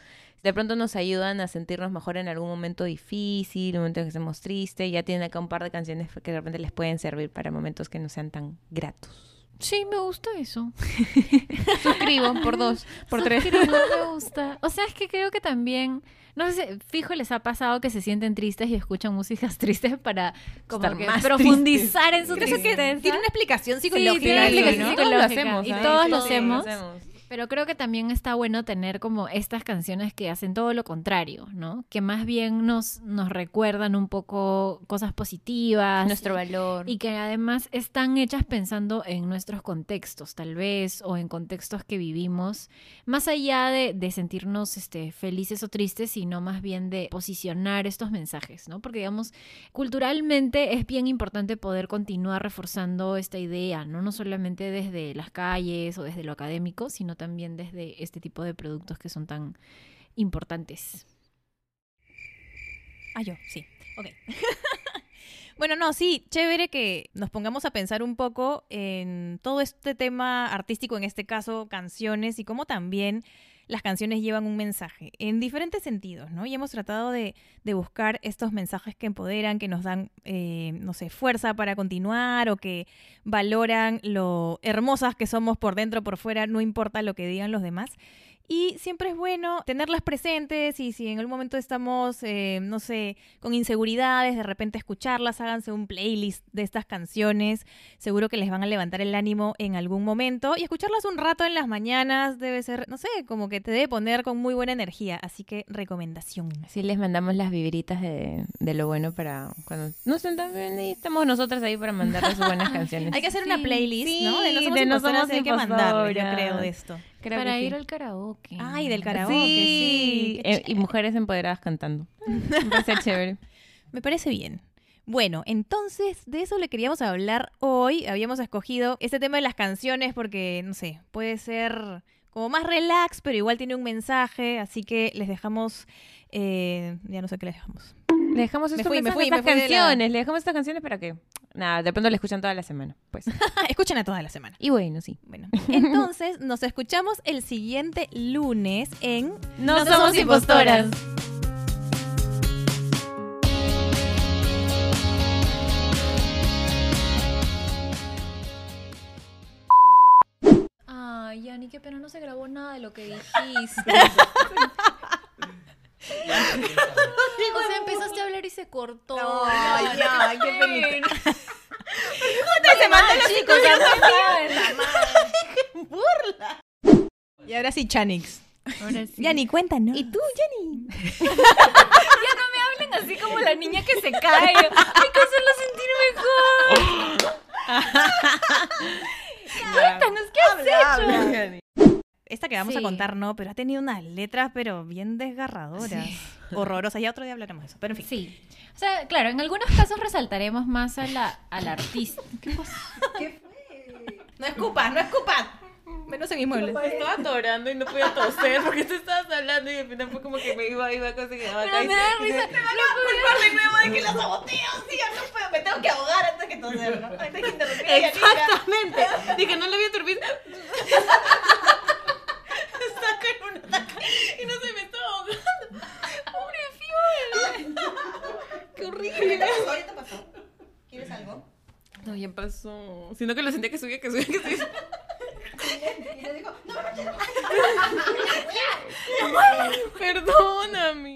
S4: de pronto nos ayudan a sentirnos mejor en algún momento difícil, un momento en que estemos tristes. Ya tienen acá un par de canciones que de repente les pueden servir para momentos que no sean tan gratos.
S1: Sí, me gusta eso.
S4: Suscribo por dos, por tres.
S1: Suscribo, Ah, me gusta. O sea, es que creo que también, no sé, fijo les ha pasado que se sienten tristes y escuchan músicas tristes para como
S4: Estar
S1: que
S4: más
S1: profundizar en su
S3: Creo que
S1: tristeza.
S3: tiene una explicación
S1: Sí, tiene
S3: psicológica.
S1: una
S3: eso,
S1: explicación
S3: ¿no?
S1: psicológica.
S4: Todos lo hacemos,
S1: y
S4: ¿no?
S1: todos lo
S4: Todos lo
S1: hacemos. Pero creo que también está bueno tener como estas canciones que hacen todo lo contrario, ¿no? Que más bien nos, nos recuerdan un poco cosas positivas.
S4: Nuestro valor.
S1: Y que además están hechas pensando en nuestros contextos, tal vez, o en contextos que vivimos, más allá de, de sentirnos este, felices o tristes, sino más bien de posicionar estos mensajes, ¿no? Porque, digamos, culturalmente es bien importante poder continuar reforzando esta idea, ¿no? No solamente desde las calles o desde lo académico, sino también desde este tipo de productos que son tan importantes.
S3: Ah, yo, sí. Ok. bueno, no, sí, chévere que nos pongamos a pensar un poco en todo este tema artístico, en este caso canciones, y cómo también las canciones llevan un mensaje en diferentes sentidos, ¿no? Y hemos tratado de, de buscar estos mensajes que empoderan, que nos dan, eh, no sé, fuerza para continuar o que valoran lo hermosas que somos por dentro, por fuera, no importa lo que digan los demás. Y siempre es bueno tenerlas presentes y si en algún momento estamos, eh, no sé, con inseguridades, de repente escucharlas, háganse un playlist de estas canciones, seguro que les van a levantar el ánimo en algún momento y escucharlas un rato en las mañanas debe ser, no sé, como que te debe poner con muy buena energía, así que recomendación.
S4: Así les mandamos las vibritas de, de lo bueno para cuando no estén tan bien y estamos nosotras ahí para mandarles sus buenas canciones.
S3: Hay que hacer una
S1: Sí,
S3: playlist, ¿no?
S4: sí,
S3: Somos
S4: de No
S3: Impostoras,
S4: Somos
S3: hay que mandarle, yo
S4: Impostoras.
S3: creo, de esto.
S4: Creo
S1: Para
S4: que
S1: ir
S4: sí.
S1: al karaoke.
S3: Ay, del
S4: Sí,
S3: karaoke, sí. qué
S4: eh, y mujeres empoderadas cantando. Va a ser chévere.
S3: Me parece bien. Bueno, entonces de eso le queríamos hablar hoy. Habíamos escogido este tema de las canciones porque, no sé, puede ser como más relax, pero igual tiene un mensaje. Así que les dejamos. eh, ya no sé qué les dejamos.
S4: Le dejamos
S3: Me
S4: estos
S3: fui, me
S4: mensajes,
S3: fui,
S4: estas
S3: me fui de la-
S4: canciones, le dejamos estas canciones para que nada, de pronto la escuchan toda la semana, pues.
S3: Ah, escuchen a toda la semana.
S4: Y bueno, sí.
S3: Bueno, entonces nos escuchamos el siguiente lunes en
S4: No,
S3: somos impostoras.
S1: Ay, Yani, qué pena, no se grabó nada de lo que dijiste. o sea, empezaste a hablar y se cortó. Ay, ya, qué pena.
S3: Y ahora sí, Chanix.
S1: Ahora sí.
S3: Ya ni cuenta, ¿no?
S4: ¿Y tú, Jenny?
S1: Así como la niña que se cae. Hay que hacerla sentir mejor. Cuéntanos, ¿qué has hecho?
S3: Esta que vamos a
S1: Sí.
S3: contar no, pero ha tenido unas letras, pero bien desgarradoras. Horrorosas. Ya otro día hablaremos de eso. Pero en fin.
S1: Sí. O sea, claro, en algunos casos resaltaremos más a la, al artista. ¿Qué pasó?
S3: No escupas, no escupas. Menos en inmuebles.
S4: Estaba atorando y no podía toser porque tú estabas hablando y al final fue como que me iba, iba, cosa que daba acá.
S1: Pero me da risa.
S3: de nuevo de que la saboteo, sí, ya no puedo, me tengo que ahogar antes que toser, ¿no? Antes que interrumpir a Yanira.
S4: Exactamente. Dije, no le voy a turbir.
S3: Sacan un ataque y no se me está ahogando. Pobre Fiona. Qué horrible. ¿Qué te pasó? ¿Qué te pasó? ¿Quieres algo?
S4: No, ya pasó. Sino que lo sentía que subía, que subía, que subía. Perdóname.